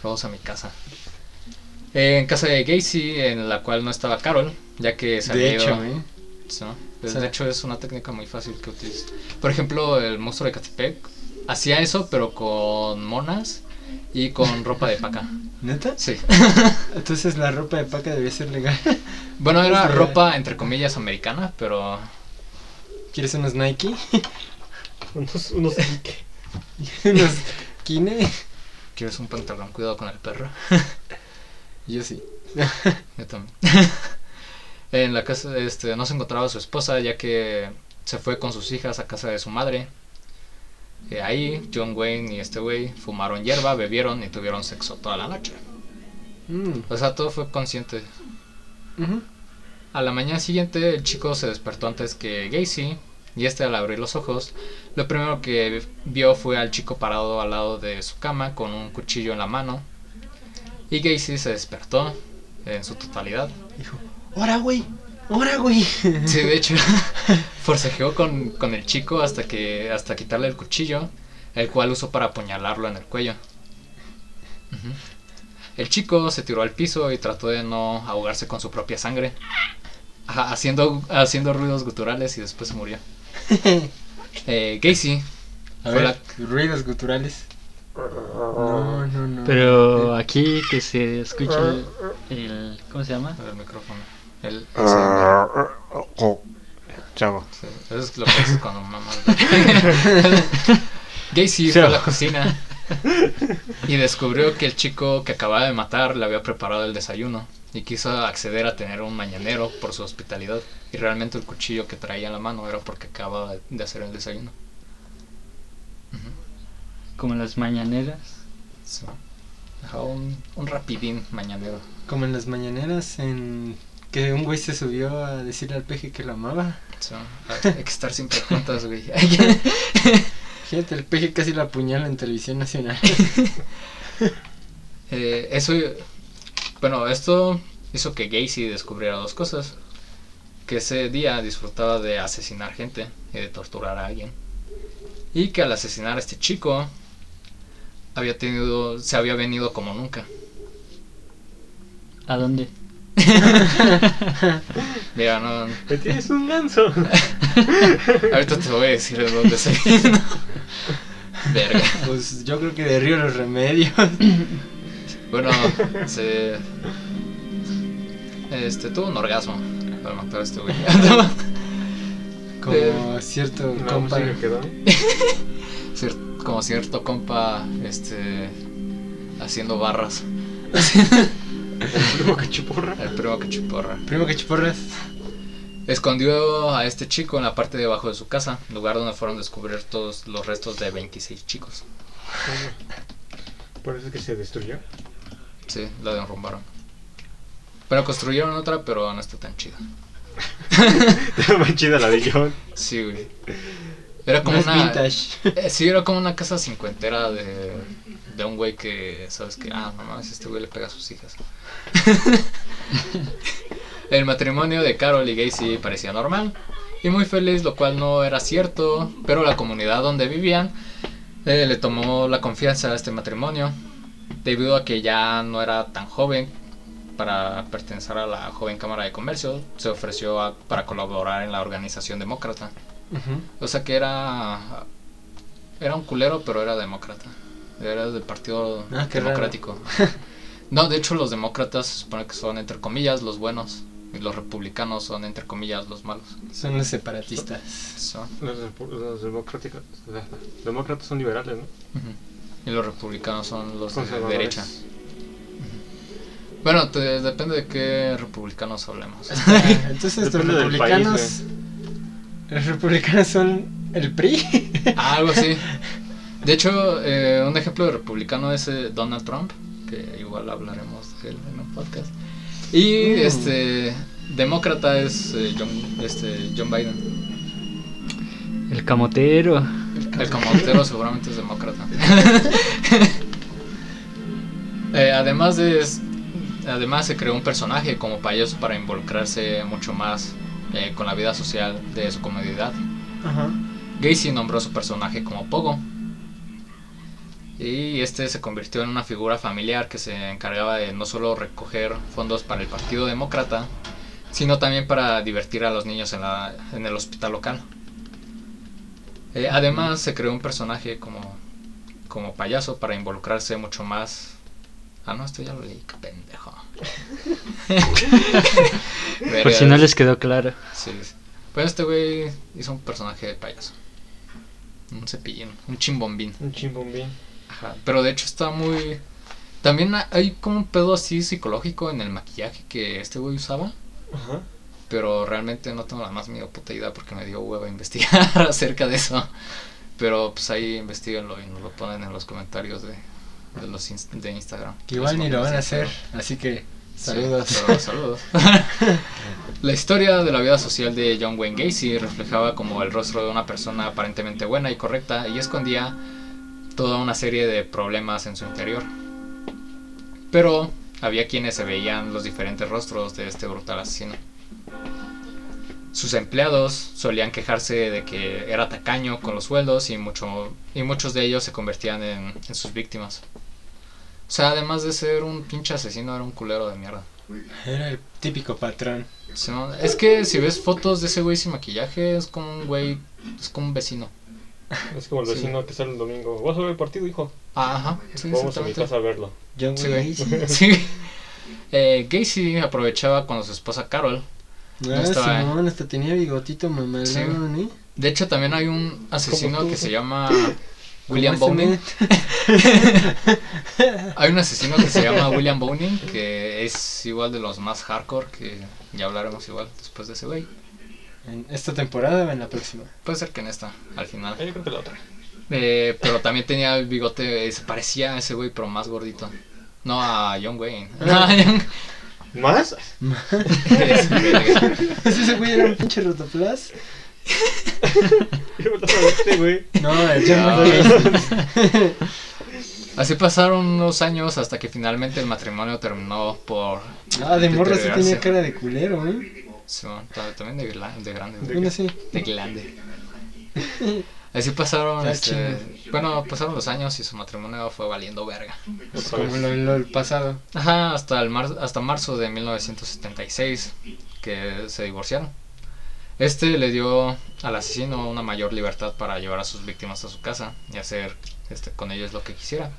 Speaker 2: Vamos a mi casa. Eh, en casa de Gacy, en la cual no estaba Carol, ya que se
Speaker 1: de
Speaker 2: había ido-
Speaker 1: hecho, ¿eh?
Speaker 2: Sí, ¿no? Pues,
Speaker 1: Sí.
Speaker 2: De hecho, es una técnica muy fácil que utiliza. Por ejemplo, el monstruo de Catepec hacía eso, pero con monas y con ropa de paca.
Speaker 1: ¿Neta?
Speaker 2: Sí.
Speaker 1: Entonces la ropa de paca debe ser legal.
Speaker 2: Bueno, era
Speaker 1: Sí.
Speaker 2: ropa entre comillas americana, pero
Speaker 1: ¿Quieres unos Nike?
Speaker 4: Unos, unos
Speaker 1: ¿Unos Kine?
Speaker 2: ¿Quieres un pantalón? Cuidado con el perro.
Speaker 1: Yo sí.
Speaker 2: Yo también. en la casa este, no se encontraba su esposa ya que se fue con sus hijas a casa de su madre. Eh, ahí John Wayne y este güey fumaron hierba, bebieron y tuvieron sexo toda la noche.
Speaker 1: Mm,
Speaker 2: O sea, todo fue consciente.
Speaker 1: ujú.
Speaker 2: A la mañana siguiente el chico se despertó antes que Gacy y este al abrir los ojos lo primero que vio fue al chico parado al lado de su cama con un cuchillo en la mano y Gacy se despertó en su totalidad.
Speaker 1: Dijo, ¡Hora, güey! ¡Hora, güey!
Speaker 2: Sí, de hecho, forcejeó con, con el chico hasta que hasta quitarle el cuchillo, el cual usó para apuñalarlo en el cuello. Ujú. El chico se tiró al piso y trató de no ahogarse con su propia sangre, ajá, haciendo, haciendo ruidos guturales y después murió. Eh, Gacy,
Speaker 1: A
Speaker 2: Fue
Speaker 1: ver, ruidos guturales. No, no, no.
Speaker 3: Ah, Pero aquí que se escuche el, el- ¿Cómo se llama?
Speaker 2: la- el micrófono. El, Oh,
Speaker 4: Chavo.
Speaker 2: sí, eso es lo que es cuando mamas. güey. Gacy fue a la cocina y descubrió que el chico que acababa de matar le había preparado el desayuno y quiso acceder a tener un mañanero por su hospitalidad. Y realmente el cuchillo que traía en la mano era porque acababa de hacer el desayuno. Ujú,
Speaker 3: Como las mañaneras.
Speaker 2: sí. Ajá, un, un rapidín mañanero.
Speaker 1: Como en las mañaneras en que un güey se subió a decirle al peje que lo amaba.
Speaker 2: Sí, Hay que estar siempre juntas, güey.
Speaker 1: Fíjate, el peje casi lo apuñala en televisión nacional.
Speaker 2: Eh, eso, bueno, esto hizo que Gacy descubriera dos cosas. Que ese día disfrutaba de asesinar gente y de torturar a alguien. Y que al asesinar a este chico había tenido, se había venido como nunca.
Speaker 3: ¿A dónde?
Speaker 2: Mira, no,
Speaker 4: Me tienes un ganso.
Speaker 2: ahorita te voy a decir de dónde se vino. Verga.
Speaker 1: Pues yo creo que de Río los remedios.
Speaker 2: Bueno, se... Este, tuvo un orgasmo para matar a este güey.
Speaker 1: Como cierto
Speaker 4: No,
Speaker 1: compa.
Speaker 4: música quedó.
Speaker 2: cier- como cierto compa este haciendo barras
Speaker 4: El primo cachiporra.
Speaker 2: el primo cachiporra
Speaker 1: Primo Cachiporras.
Speaker 2: escondió a este chico en la parte de abajo de su casa lugar donde fueron descubrir todos los restos de 26 chicos
Speaker 4: Por eso es que se destruyó.
Speaker 2: sí la derrumbaron pero construyeron otra pero no está tan chida
Speaker 4: Está más chida la de John.
Speaker 2: sí güey era como
Speaker 1: Más
Speaker 2: una
Speaker 1: vintage.
Speaker 2: eh, sí era como una casa cincuentera de de un güey que sabes que ah no mames este güey le pega a sus hijas El matrimonio de Carol y Gacy parecía normal y muy feliz, lo cual no era cierto, pero la comunidad donde vivían eh, le tomó la confianza a este matrimonio debido a que ya no era tan joven para pertenecer a la joven Cámara de Comercio, se ofreció a- para colaborar en la organización demócrata.
Speaker 1: Ujú.
Speaker 2: O sea que era era un culero, pero era demócrata. Era del partido
Speaker 1: Ah, qué raro.
Speaker 2: democrático. No, de hecho los demócratas se supone que son entre comillas los buenos y los republicanos son entre comillas los malos.
Speaker 1: Son los separatistas.
Speaker 2: So,
Speaker 4: Los, los democráticos. Los demócratas son liberales, ¿no?
Speaker 2: ujú. Y los republicanos son los de
Speaker 4: Conservadores.
Speaker 2: derecha. Bueno, te- depende de qué republicanos hablemos.
Speaker 1: Ah, Entonces los
Speaker 4: Depende del país,
Speaker 1: republicanos. los republicanos son el PRI.
Speaker 2: Ah, Algo así. De hecho, eh, un ejemplo de republicano es eh, Donald Trump, que igual hablaremos de él en un podcast. Y
Speaker 1: Mm.
Speaker 2: este demócrata es eh, John, este, John Biden.
Speaker 3: El camotero.
Speaker 2: El comodero seguramente es demócrata. Eh, además de es- además se creó un personaje como payaso para involucrarse mucho más eh, con la vida social de su comunidad.
Speaker 1: Ajá.
Speaker 2: Gacy nombró su personaje como Pogo. Y este se convirtió en una figura familiar que se encargaba de no solo recoger fondos para el Partido Demócrata, sino también para divertir a los niños en, la- en el hospital local. Eh, además, se creó un personaje como, como payaso para involucrarse mucho más. Ah, no, esto ya lo leí, qué pendejo.
Speaker 3: Por si no les quedó claro.
Speaker 2: Sí, sí. Pero este güey hizo un personaje de payaso. Un cepillín, un chimbombín.
Speaker 4: Un chimbombín.
Speaker 2: Ajá. Pero de hecho está muy. También ha- hay como un pedo así psicológico en el maquillaje que este güey usaba.
Speaker 4: Ajá.
Speaker 2: Pero realmente no tengo la más mínima puta idea porque me dio hueva investigar acerca de eso. Pero pues ahí investiguenlo y nos lo ponen en los comentarios de, de los ins- de Instagram.
Speaker 1: Que igual ni lo van a hacer, así que
Speaker 2: Sí,
Speaker 1: saludos.
Speaker 2: pero saludos. la historia de la vida social de John Wayne Gacy reflejaba como el rostro de una persona aparentemente buena y correcta y escondía toda una serie de problemas en su interior. Pero había quienes se veían los diferentes rostros de este brutal asesino. Sus empleados solían quejarse de que era tacaño con los sueldos y, mucho, y muchos de ellos se convertían en- en sus víctimas. O sea, además de ser un pinche asesino, era un culero de mierda.
Speaker 1: Era el típico patrón.
Speaker 2: Sí, no, Es que si ves fotos de ese güey sin maquillaje, es como un güey, es como un vecino.
Speaker 4: Es como el
Speaker 2: Sí.
Speaker 4: vecino que sale el domingo. ¿Vas a ver el partido, hijo?
Speaker 2: Ah, ajá, sí,
Speaker 4: Vamos a mi
Speaker 2: exactamente.
Speaker 4: casa a verlo.
Speaker 1: John
Speaker 2: Sí,
Speaker 1: Wayne
Speaker 2: güey.
Speaker 1: Gacy.
Speaker 2: Sí. Eh, Gacy aprovechaba cuando su esposa Carol.
Speaker 1: No,
Speaker 2: No estaba, eh.
Speaker 1: Ah, Simón, hasta tenía bigotito muy mal,
Speaker 2: Sí.
Speaker 1: ¿eh?
Speaker 2: De hecho, también hay un asesino
Speaker 4: tú.
Speaker 2: que se llama
Speaker 1: Como
Speaker 2: William
Speaker 1: este
Speaker 2: Bowning.
Speaker 1: men.
Speaker 2: Hay un asesino que se llama William Bowning, que es igual de los más hardcore, que ya hablaremos igual después de ese güey.
Speaker 1: ¿En esta temporada o en la próxima?
Speaker 2: Puede ser que en esta, al final.
Speaker 4: Ah, yo creo que la otra.
Speaker 2: Eh, pero también tenía el bigote, eh, se parecía a ese güey, pero más gordito. No, a John Wayne. No, a John-
Speaker 4: ¿Más?
Speaker 2: Es verga.
Speaker 1: ¿Ese güey era un pinche rotoplas?
Speaker 4: Yo la viste, güey.
Speaker 1: No, el John
Speaker 2: No.
Speaker 1: Wayne Gacy.
Speaker 2: Así pasaron unos años hasta que finalmente el matrimonio terminó por...
Speaker 1: Ah, de morra sí
Speaker 2: deteriorarse.
Speaker 1: tenía cara de culero, ¿eh?
Speaker 2: Simón, ta- también de, gla- de grande. güey.
Speaker 1: Bueno, sí.
Speaker 2: De glande. Así pasaron,
Speaker 1: Ah,
Speaker 2: este, bueno, pasaron los años y su matrimonio fue valiendo verga.
Speaker 4: Otra
Speaker 1: Como
Speaker 4: vez.
Speaker 1: lo, lo del pasado.
Speaker 2: Ajá, hasta, el mar- hasta marzo de 1976 que se divorciaron. Este le dio al asesino una mayor libertad para llevar a sus víctimas a su casa y hacer este, con ellos lo que quisiera.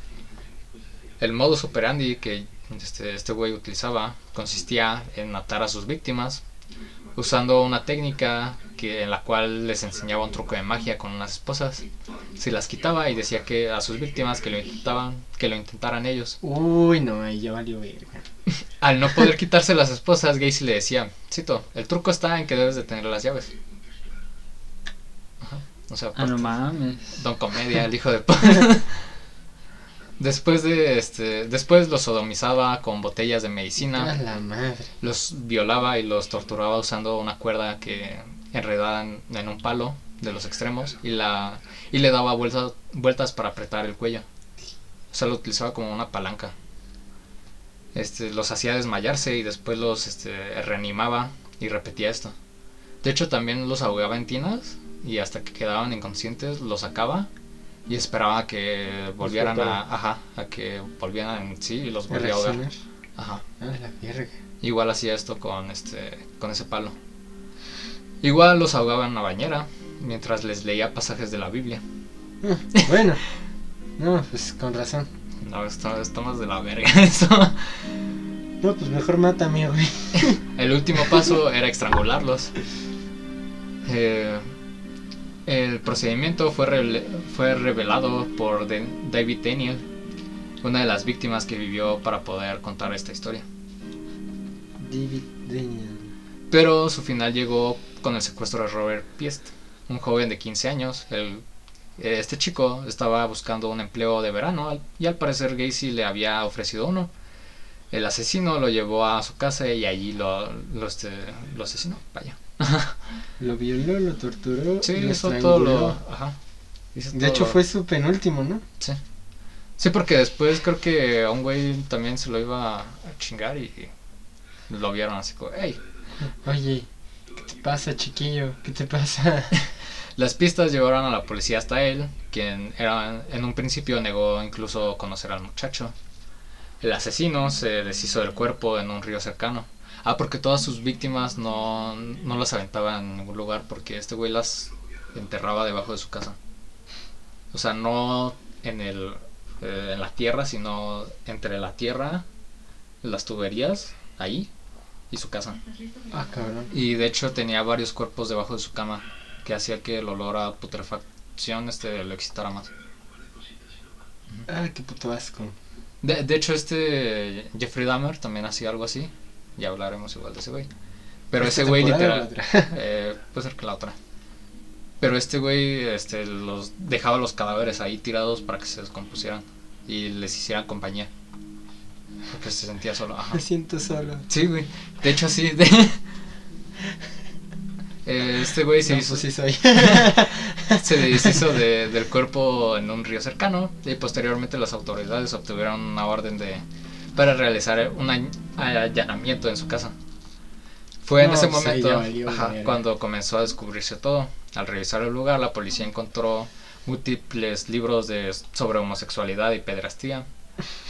Speaker 2: El modus operandi que este, este güey utilizaba consistía en matar a sus víctimas usando una técnica que, en la cual les enseñaba un truco de magia con unas esposas. Se las quitaba y decía que a sus víctimas que lo intentaban, que lo intentaran ellos.
Speaker 1: Uy, no, ahí ya valió verga.
Speaker 2: Al no poder quitarse las esposas, Gacy le decía, cito, el truco está en que debes de tener las llaves. Ajá. O sea,
Speaker 3: Ah,
Speaker 2: aparte,
Speaker 3: no mames.
Speaker 2: Don Comedia, el hijo de... p- después de este, después los sodomizaba con botellas de
Speaker 1: A
Speaker 2: medicina,
Speaker 1: la madre.
Speaker 2: los violaba y los torturaba usando una cuerda que enredaban en un palo de los extremos y la y le daba vueltas vueltas para apretar el cuello. O sea, lo utilizaba como una palanca. Este, los hacía desmayarse y después los este, reanimaba y repetía esto. De hecho, también los ahogaba en tinas y hasta que quedaban inconscientes los sacaba y esperaba que volvieran a,
Speaker 4: despertaran.
Speaker 2: ajá, a que volvieran en sí y los
Speaker 1: A
Speaker 2: volvía a ahogar.
Speaker 1: reaccionar.
Speaker 2: Ajá.
Speaker 1: A la verga.
Speaker 2: Igual hacía esto con este con ese palo. Igual los ahogaba en una bañera mientras les leía pasajes de la Biblia.
Speaker 1: Ah, Bueno. No, pues con razón.
Speaker 2: No, esto, esto más de la verga eso.
Speaker 1: No, pues mejor mátame, güey.
Speaker 2: El último paso era estrangularlos. Eh, el procedimiento fue, revele- fue revelado por De- David Daniel, una de las víctimas que vivió para poder contar esta historia.
Speaker 1: David Daniel.
Speaker 2: Pero su final llegó con el secuestro de Robert Piest, un joven de 15 años. El- eh, este chico estaba buscando un empleo de verano al- y al parecer Gacy le había ofrecido uno. El asesino lo llevó a su casa y allí lo, lo, este, lo asesinó. Vaya.
Speaker 1: Lo violó, lo torturó.
Speaker 2: Sí,
Speaker 1: lo
Speaker 2: hizo todo lo...
Speaker 1: estranguló.
Speaker 2: ajá. Hizo
Speaker 1: De
Speaker 2: todo
Speaker 1: hecho,
Speaker 2: lo-
Speaker 1: fue su penúltimo, ¿no?
Speaker 2: Sí. Sí, porque después creo que a un güey también se lo iba a chingar y lo vieron así como, "Ey,
Speaker 1: Oye, ¿qué te pasa, chiquillo? ¿Qué te pasa?
Speaker 2: Las pistas llevaron a la policía hasta él, quien era, en un principio negó incluso conocer al muchacho. El asesino se deshizo del cuerpo en un río cercano. Ah, porque todas sus víctimas no, no las aventaba en ningún lugar porque este güey las enterraba debajo de su casa. O sea, no en, el, eh, en la tierra, sino entre la tierra, las tuberías, ahí, y su casa.
Speaker 1: Ah, cabrón.
Speaker 2: Y de hecho tenía varios cuerpos debajo de su cama que hacía que el olor a putrefacción este, lo excitara más.
Speaker 1: Ah, qué puto asco.
Speaker 2: De, de hecho, este Jeffrey Dahmer también hacía algo así. Ya hablaremos igual de ese güey. Pero
Speaker 1: ¿Esta
Speaker 2: ese güey
Speaker 1: temporada o
Speaker 2: literal.
Speaker 1: la otra?
Speaker 2: eh, puede ser que la otra. Pero este güey este, los dejaba los cadáveres ahí tirados para que se descompusieran y les hicieran compañía. Porque se sentía solo. Ajá.
Speaker 1: Me siento solo.
Speaker 2: Sí, güey. De hecho, sí. de- Eh, este güey se
Speaker 1: No,
Speaker 2: hizo
Speaker 1: pues sí soy.
Speaker 2: se deshizo de- del cuerpo en un río cercano y posteriormente las autoridades obtuvieron una orden de para realizar un añ- allanamiento en su casa. Fue en
Speaker 1: No,
Speaker 2: ese
Speaker 1: pues ahí
Speaker 2: momento
Speaker 1: ya valió
Speaker 2: ajá,
Speaker 1: verga.
Speaker 2: cuando comenzó a descubrirse todo. Al revisar el lugar, la policía encontró múltiples libros de sobre homosexualidad y pedrastía,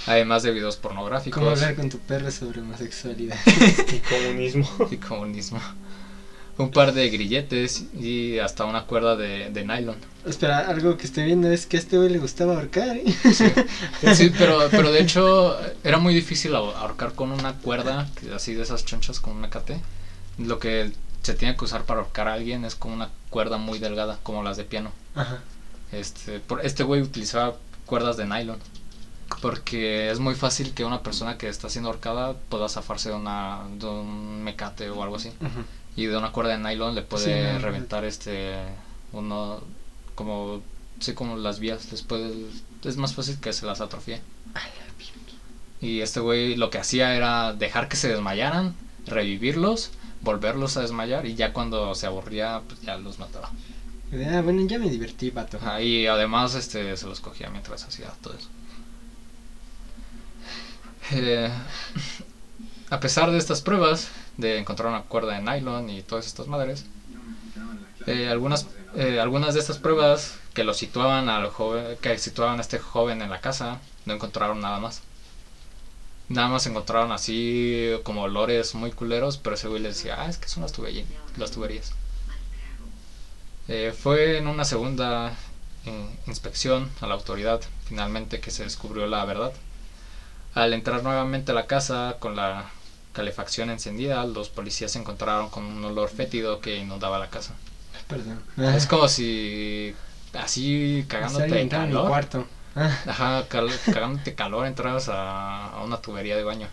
Speaker 2: además de videos
Speaker 1: ¿Cómo
Speaker 2: pornográficos
Speaker 1: hablar con tu perro sobre homosexualidad?
Speaker 4: Y comunismo.
Speaker 2: y comunismo, un par de grilletes y hasta una cuerda de- de nylon.
Speaker 1: Espera, algo que estoy viendo es que a este güey le gustaba ahorcar, ¿eh?
Speaker 2: Sí, pero, pero de hecho era muy difícil ahor- ahorcar con una cuerda, que así de esas chonchas con un acate. Lo que se tiene que usar para ahorcar a alguien es como una cuerda muy delgada, como las de piano.
Speaker 1: Ajá.
Speaker 2: Este, por, este güey utilizaba cuerdas de nylon, porque es muy fácil que una persona que está siendo ahorcada pueda zafarse de, una, de un mecate o algo así.
Speaker 1: Ujú.
Speaker 2: Y de una cuerda de nylon le puede
Speaker 1: Sí, no, no.
Speaker 2: reventar este uno como sí como las vías después es más fácil que se las atrofie. Y este güey lo que hacía era dejar que se desmayaran, revivirlos, volverlos a desmayar y ya cuando se aburría pues ya los mataba.
Speaker 1: Ah, bueno, ya me divertí, vato.
Speaker 2: Ajá, y además este se los cogía mientras hacía todo eso. Eh, a pesar de estas pruebas, de encontrar una cuerda de nylon y todas estas madres, eh, algunas, eh, algunas de estas pruebas que lo situaban al joven, que situaban a este joven en la casa, no encontraron nada más. Nada más encontraron así como olores muy culeros, pero ese güey le decía, ah, es que son las tuberías. Las tuberías. Eh, fue en una segunda eh, inspección a la autoridad, finalmente que se descubrió la verdad. Al entrar nuevamente a la casa con la calefacción encendida, los policías se encontraron con un olor fétido que inundaba la casa.
Speaker 1: Perdón.
Speaker 2: Es como si así
Speaker 1: Ah.
Speaker 2: cagándote
Speaker 1: alguien
Speaker 2: en
Speaker 1: entraba en mi
Speaker 2: calor.
Speaker 1: cuarto. Ah,
Speaker 2: Ajá, cal- cagándote calor entrabas a, a una tubería de baño.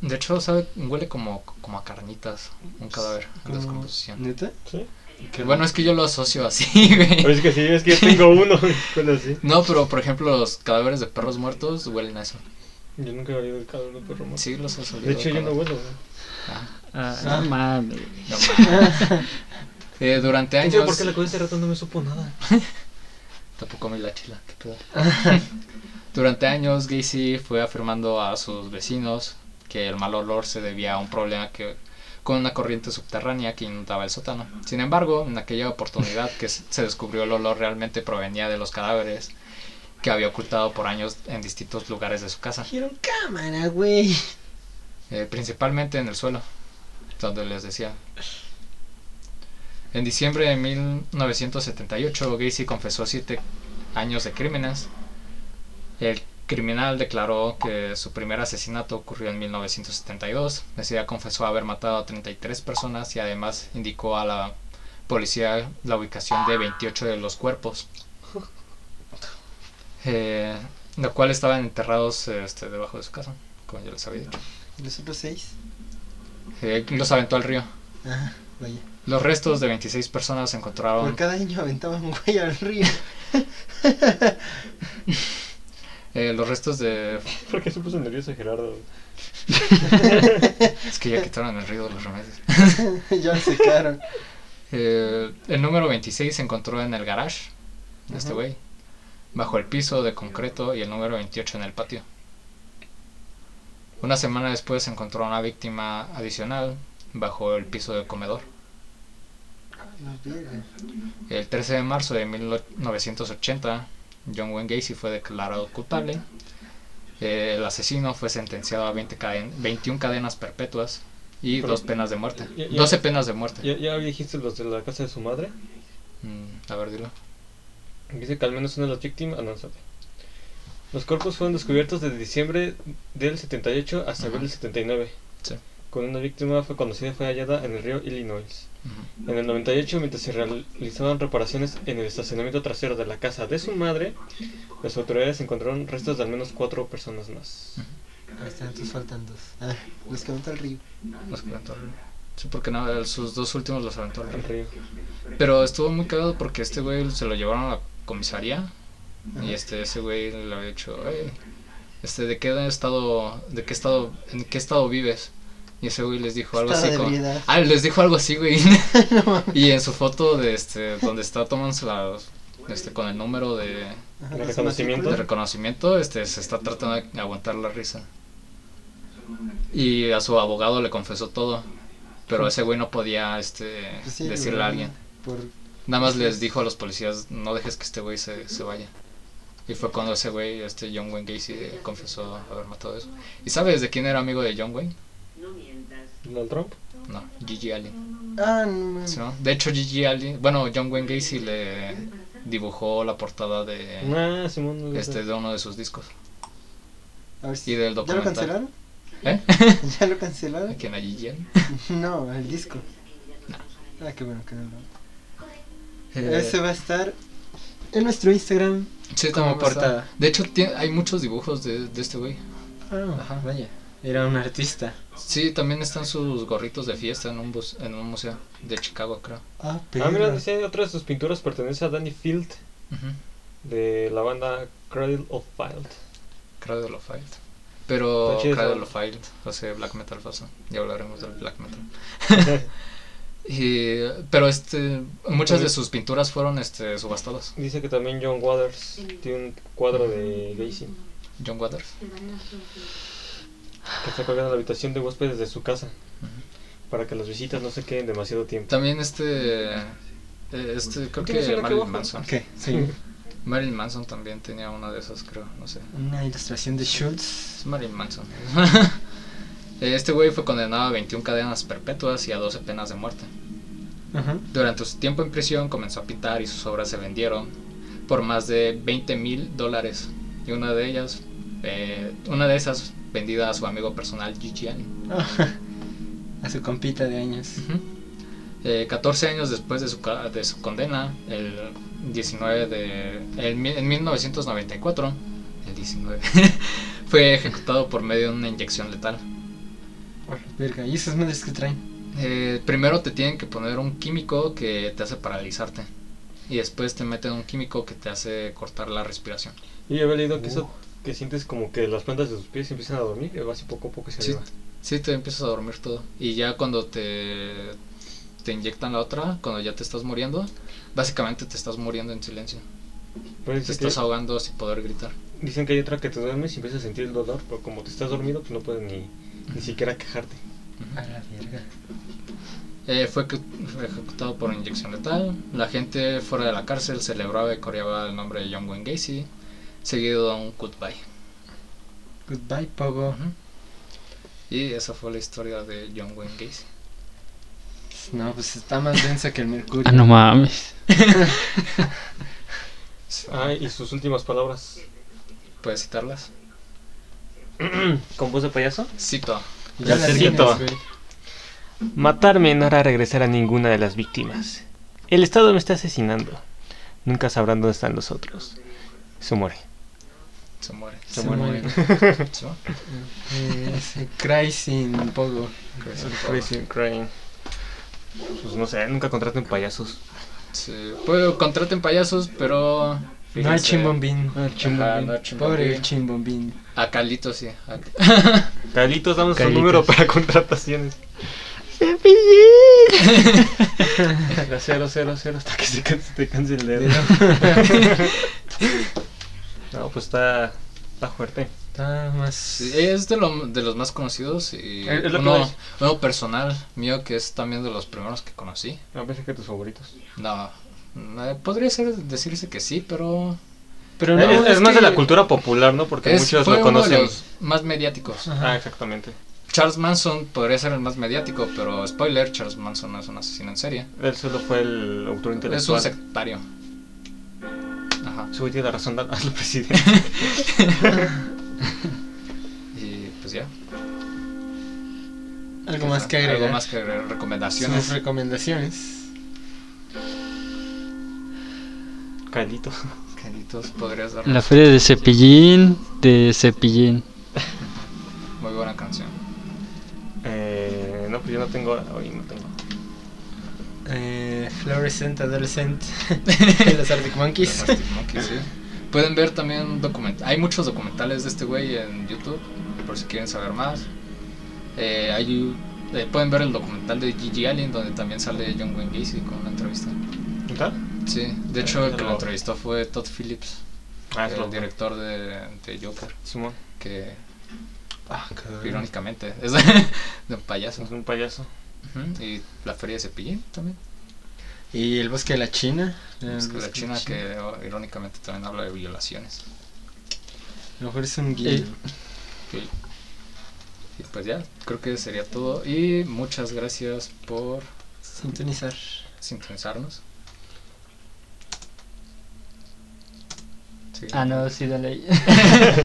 Speaker 2: De hecho, sabe, huele como, como a carnitas, un cadáver en
Speaker 1: como-
Speaker 2: descomposición.
Speaker 1: ¿Neta?
Speaker 4: ¿Sí?
Speaker 1: Qué
Speaker 2: Bueno, es que yo lo asocio así,
Speaker 4: Pero
Speaker 2: güey.
Speaker 4: es que sí, es que yo tengo uno. Bueno, así.
Speaker 2: No, pero por ejemplo, los cadáveres de perros muertos huelen a eso.
Speaker 4: Yo nunca he oído el calor de perro muerto.
Speaker 2: Sí, los has olido
Speaker 4: De hecho, yo no
Speaker 2: cuando-
Speaker 4: huelo. güey.
Speaker 2: Ah,
Speaker 3: Ah, no mames.
Speaker 2: no mames. Eh, durante
Speaker 4: ¿Quién sabe
Speaker 2: años.
Speaker 4: por qué la cosa este rato no me supo nada?
Speaker 2: Tampoco me la chila, qué pedo. Durante años, Gacy fue afirmando a sus vecinos que el mal olor se debía a un problema que con una corriente subterránea que inundaba el sótano. Sin embargo, en aquella oportunidad que se se descubrió el olor realmente provenía de los cadáveres que había ocultado por años en distintos lugares de su casa.
Speaker 1: Dijeron cámara, güey.
Speaker 2: eh, principalmente en el suelo, donde les decía. En diciembre de 1978, Gacy confesó siete años de crímenes. El criminal declaró que su primer asesinato ocurrió en 1972. Decía confesó haber matado a 33 personas y además indicó a la policía la ubicación de 28 de los cuerpos, eh, lo cual estaban enterrados este, debajo de su casa, como yo les había dicho.
Speaker 1: Los otros seis.
Speaker 2: Eh, los aventó al río.
Speaker 1: Ah, vaya.
Speaker 2: Los restos de 26 personas se
Speaker 1: Por
Speaker 2: encontraron.
Speaker 1: cada año aventaba un güey al río.
Speaker 2: eh, los restos de.
Speaker 4: ¿Por qué se puso nervioso Gerardo? güey?
Speaker 2: Es que ya quitaron el río de los remedios.
Speaker 1: ya lo secaron.
Speaker 2: Eh, el número 26 se encontró en el garage de este
Speaker 1: Ujú.
Speaker 2: güey, bajo el piso de concreto, y el número 28 en el patio. Una semana después se encontró una víctima adicional bajo el piso del comedor.
Speaker 1: No, verga.
Speaker 2: El 13 de marzo de 1980, John Wayne Gacy fue declarado culpable. Eh, el asesino fue sentenciado a 20 caden- 21 cadenas perpetuas y
Speaker 4: Pero-
Speaker 2: dos penas de muerte.
Speaker 4: Ya- ya-
Speaker 2: 12 penas de muerte.
Speaker 4: ¿Ya, ¿Ya dijiste los de la casa de su madre?
Speaker 2: Mm, a ver, dilo.
Speaker 4: Dice que al menos una de las víctimas. Ah, no, espérate. Los cuerpos fueron descubiertos desde diciembre del 78 hasta abril del 79.
Speaker 2: Sí.
Speaker 4: con una víctima fue conocida fue hallada en el río Illinois.
Speaker 2: Ujú.
Speaker 4: En el 98, mientras se realizaban reparaciones en el estacionamiento trasero de la casa de su madre, las autoridades encontraron restos de al menos cuatro personas más.
Speaker 1: Ahí están, entonces faltan dos. A ver, nos quedamos al río.
Speaker 2: Los que aventó el- Sí, porque no, sus dos últimos los aventó el
Speaker 4: El
Speaker 2: río.
Speaker 4: río.
Speaker 2: Pero estuvo muy cagado porque este güey se lo llevaron a la comisaría. Y este, ese güey le había dicho, "Ey, este, ¿de qué estado, de qué estado, en qué estado vives? Y ese güey les dijo algo
Speaker 1: Estado
Speaker 2: así
Speaker 1: de
Speaker 2: como,
Speaker 1: ebriedad.
Speaker 2: ah, les dijo algo así, güey. y en su foto de este, donde está tomándose la, este, con el número de,
Speaker 1: Ajá,
Speaker 4: El
Speaker 1: ¿es
Speaker 4: reconocimiento.
Speaker 2: de
Speaker 1: matrícula?
Speaker 2: reconocimiento, este, se está tratando de aguantar la risa. Y a su abogado le confesó todo, pero ese güey no podía, este,
Speaker 1: Pues sí,
Speaker 2: decirle a
Speaker 1: güey,
Speaker 2: alguien.
Speaker 1: Por...
Speaker 2: Nada más les dijo a los policías, no dejes que este güey se, se vaya. Y fue cuando ese güey, este John Wayne Gacy, eh, confesó haber matado eso. ¿Y sabes de quién era amigo de John Wayne?
Speaker 4: ¿Donald Trump?
Speaker 2: No, Gigi Allen.
Speaker 1: Ah, no mames.
Speaker 2: ¿sí, no? De hecho, Gigi Allen, bueno, John Wayne Gacy le dibujó la portada de,
Speaker 4: Ah, Simón. no lo
Speaker 2: este,
Speaker 4: sé.
Speaker 2: de uno de sus discos.
Speaker 1: A ver si-
Speaker 2: Y del
Speaker 1: ¿Ya lo
Speaker 2: documental.
Speaker 1: cancelaron?
Speaker 2: ¿Eh?
Speaker 1: ¿Ya lo
Speaker 2: ¿A
Speaker 1: cancelaron?
Speaker 2: quién? ¿A Gigi Allen?
Speaker 1: No, el disco. Ah, qué bueno que no lo.
Speaker 2: Eh,
Speaker 1: Ese va a estar en nuestro Instagram.
Speaker 2: sí,
Speaker 1: como
Speaker 2: también portada.
Speaker 1: portada.
Speaker 2: De hecho, tie- hay muchos dibujos de, de este güey.
Speaker 1: Ah,
Speaker 2: Ajá.
Speaker 1: vaya. Era un artista.
Speaker 2: Sí, también están sus gorritos de fiesta en un, bus- en un museo de Chicago, creo.
Speaker 1: Ah,
Speaker 4: Ah, mira, dice otra de sus pinturas pertenece a Danny Field
Speaker 2: Ujú.
Speaker 4: de la banda Cradle of Filed.
Speaker 2: Cradle of Filed. Pero
Speaker 4: Está chido.
Speaker 2: Cradle of Filed, o sea, black metal falso. Ya hablaremos del black metal. y, pero este, muchas de sus pinturas fueron este, subastadas.
Speaker 4: Dice que también John Waters tiene un cuadro de Gacy
Speaker 2: John Waters.
Speaker 4: que está colgado en la habitación de huéspedes de su casa para que las visitas no se queden demasiado tiempo.
Speaker 2: También este, eh, este creo
Speaker 4: ¿Tienes una
Speaker 2: que
Speaker 4: aquí
Speaker 2: Marilyn
Speaker 4: abajo?
Speaker 2: Manson.
Speaker 1: Ok, sí.
Speaker 2: Marilyn Manson también tenía una de esas, creo, no sé.
Speaker 1: Una ilustración de Schultz.
Speaker 2: Es Marilyn Manson. este güey fue condenado a 21 cadenas perpetuas y a 12 penas de muerte.
Speaker 1: Ajá.
Speaker 2: Durante su tiempo en prisión comenzó a pintar y sus obras se vendieron por más de 20 mil dólares. Y una de ellas, eh, una de esas vendida a su amigo personal Gigi Allen.
Speaker 1: A su compita de años.
Speaker 2: Ujú. Eh, 14 años después de su, ca- de su condena, el 19 de... el mi- en 1994, el 19, fue ejecutado por medio de una inyección letal.
Speaker 1: Verga, ¿y esas madres que traen?
Speaker 2: Eh, primero te tienen que poner un químico que te hace paralizarte. Y después te meten un químico que te hace cortar la respiración.
Speaker 4: Y yo había leído que eso que sientes como que las plantas de tus pies empiezan a dormir y vas y poco a poco se
Speaker 2: Sí.
Speaker 4: eleva.
Speaker 2: Sí, te empiezas a dormir todo. Y ya cuando te, te inyectan la otra, cuando ya te estás muriendo, básicamente te estás muriendo en silencio.
Speaker 4: Pero
Speaker 2: Te
Speaker 4: Pues dice que-
Speaker 2: estás ahogando sin poder gritar.
Speaker 4: dicen que hay otra que te duermes y empiezas a sentir el dolor, pero como te estás dormido pues no puedes ni, ni siquiera quejarte.
Speaker 1: A la verga.
Speaker 2: Eh, fue ejecu- fue ejecutado por inyección letal. La gente fuera de la cárcel celebraba y coreaba el nombre de John Wayne Gacy, seguido de un goodbye.
Speaker 1: Goodbye, Pogo.
Speaker 2: Ujú. Y esa fue la historia de John Wayne Gacy.
Speaker 1: No, pues está más densa que el mercurio.
Speaker 3: Ah, no mames.
Speaker 4: Ah, y sus últimas palabras.
Speaker 2: ¿Puedes citarlas?
Speaker 4: ¿Con voz de payaso?
Speaker 2: Cito.
Speaker 1: Ya
Speaker 4: Ya
Speaker 1: las
Speaker 4: sé,
Speaker 1: tienes,
Speaker 4: Beto.
Speaker 1: güey.
Speaker 4: Matarme no hará regresar a ninguna de las víctimas. El Estado me está asesinando. Nunca sabrán dónde están los otros. Sumore.
Speaker 2: Se muere.
Speaker 1: Se,
Speaker 4: Se
Speaker 1: muere.
Speaker 4: muere.
Speaker 2: ¿Sí?
Speaker 1: Eh, se cry sin Pogo.
Speaker 4: Crazy crying. Pues no sé, nunca contraten payasos.
Speaker 2: Sí, pues, contraten payasos, pero.
Speaker 1: No hay
Speaker 2: fíjense,
Speaker 1: chimbombín.
Speaker 2: Ajá, no hay chimbombín.
Speaker 1: Pobre chimbombín.
Speaker 2: A Calito, sí. a-
Speaker 4: Carlitos, damos un
Speaker 3: Carlitos.
Speaker 4: número para contrataciones. Era cero, cero, cero, hasta que se can- te canse el dedo. No, pues está, está fuerte.
Speaker 1: Está más.
Speaker 2: Sí, es de, lo- de los más conocidos y
Speaker 4: Es- es lo que
Speaker 2: uno,
Speaker 4: ves.
Speaker 2: uno personal mío que es también de los primeros que conocí.
Speaker 4: A veces que tus favoritos.
Speaker 2: No, eh, podría ser decirse que sí, pero
Speaker 1: Pero
Speaker 4: es, es más
Speaker 1: que-
Speaker 4: de la cultura popular, ¿no? Porque
Speaker 2: es,
Speaker 4: muchos
Speaker 2: fue
Speaker 4: lo
Speaker 2: uno de
Speaker 4: conocen.
Speaker 2: los más mediáticos.
Speaker 1: Ajá.
Speaker 4: Ah, exactamente.
Speaker 2: Charles Manson podría ser el más mediático, pero spoiler, Charles Manson no es un asesino en serie.
Speaker 4: Él solo fue el autor
Speaker 2: Es un
Speaker 4: intelectual.
Speaker 2: sectario. Ajá.
Speaker 4: Su güey tiene la razón dar al presidente.
Speaker 2: Y pues ya.
Speaker 1: Algo más que agregar.
Speaker 2: Algo más que agregar,
Speaker 1: Sus
Speaker 2: recomendaciones.
Speaker 1: recomendaciones.
Speaker 4: Caldito.
Speaker 2: Carlitos, podrías dar
Speaker 3: La feria de Cepillín, de Cepillín.
Speaker 2: muy buena canción.
Speaker 4: Eh, no, pues yo no tengo. Hoy no tengo.
Speaker 1: Eh, Fluorescent Adolescent de los Arctic Monkeys.
Speaker 2: Los Arctic Monkeys, sí. Pueden ver también un document- Hay muchos documentales de este güey en YouTube, por si quieren saber más. Eh, hay u- eh, pueden ver el documental de Gigi Allen, donde también sale John Wayne Gacy con una entrevista.
Speaker 4: ¿Está?
Speaker 2: Sí, de hecho, el que lo
Speaker 4: Pero-
Speaker 2: entrevistó fue Todd Phillips,
Speaker 4: Ah, es
Speaker 2: el
Speaker 4: lo
Speaker 2: director de, de Joker,
Speaker 4: Simón.
Speaker 2: que
Speaker 4: Ah, cabrón.
Speaker 2: irónicamente es de un payaso.
Speaker 4: Es un payaso.
Speaker 2: Ujú, Y la feria de Cepillín también.
Speaker 1: Y el bosque de la China. El
Speaker 2: Es que
Speaker 1: Bosque
Speaker 2: la
Speaker 1: de
Speaker 2: China que oh, irónicamente también habla de violaciones.
Speaker 1: A lo mejor es un guiño.
Speaker 2: Eh, Sí. Y pues ya, creo que sería todo. Y muchas gracias por
Speaker 1: Sintonizar.
Speaker 2: sintonizarnos. Sí.
Speaker 3: Ah, no, sí, dale ahí.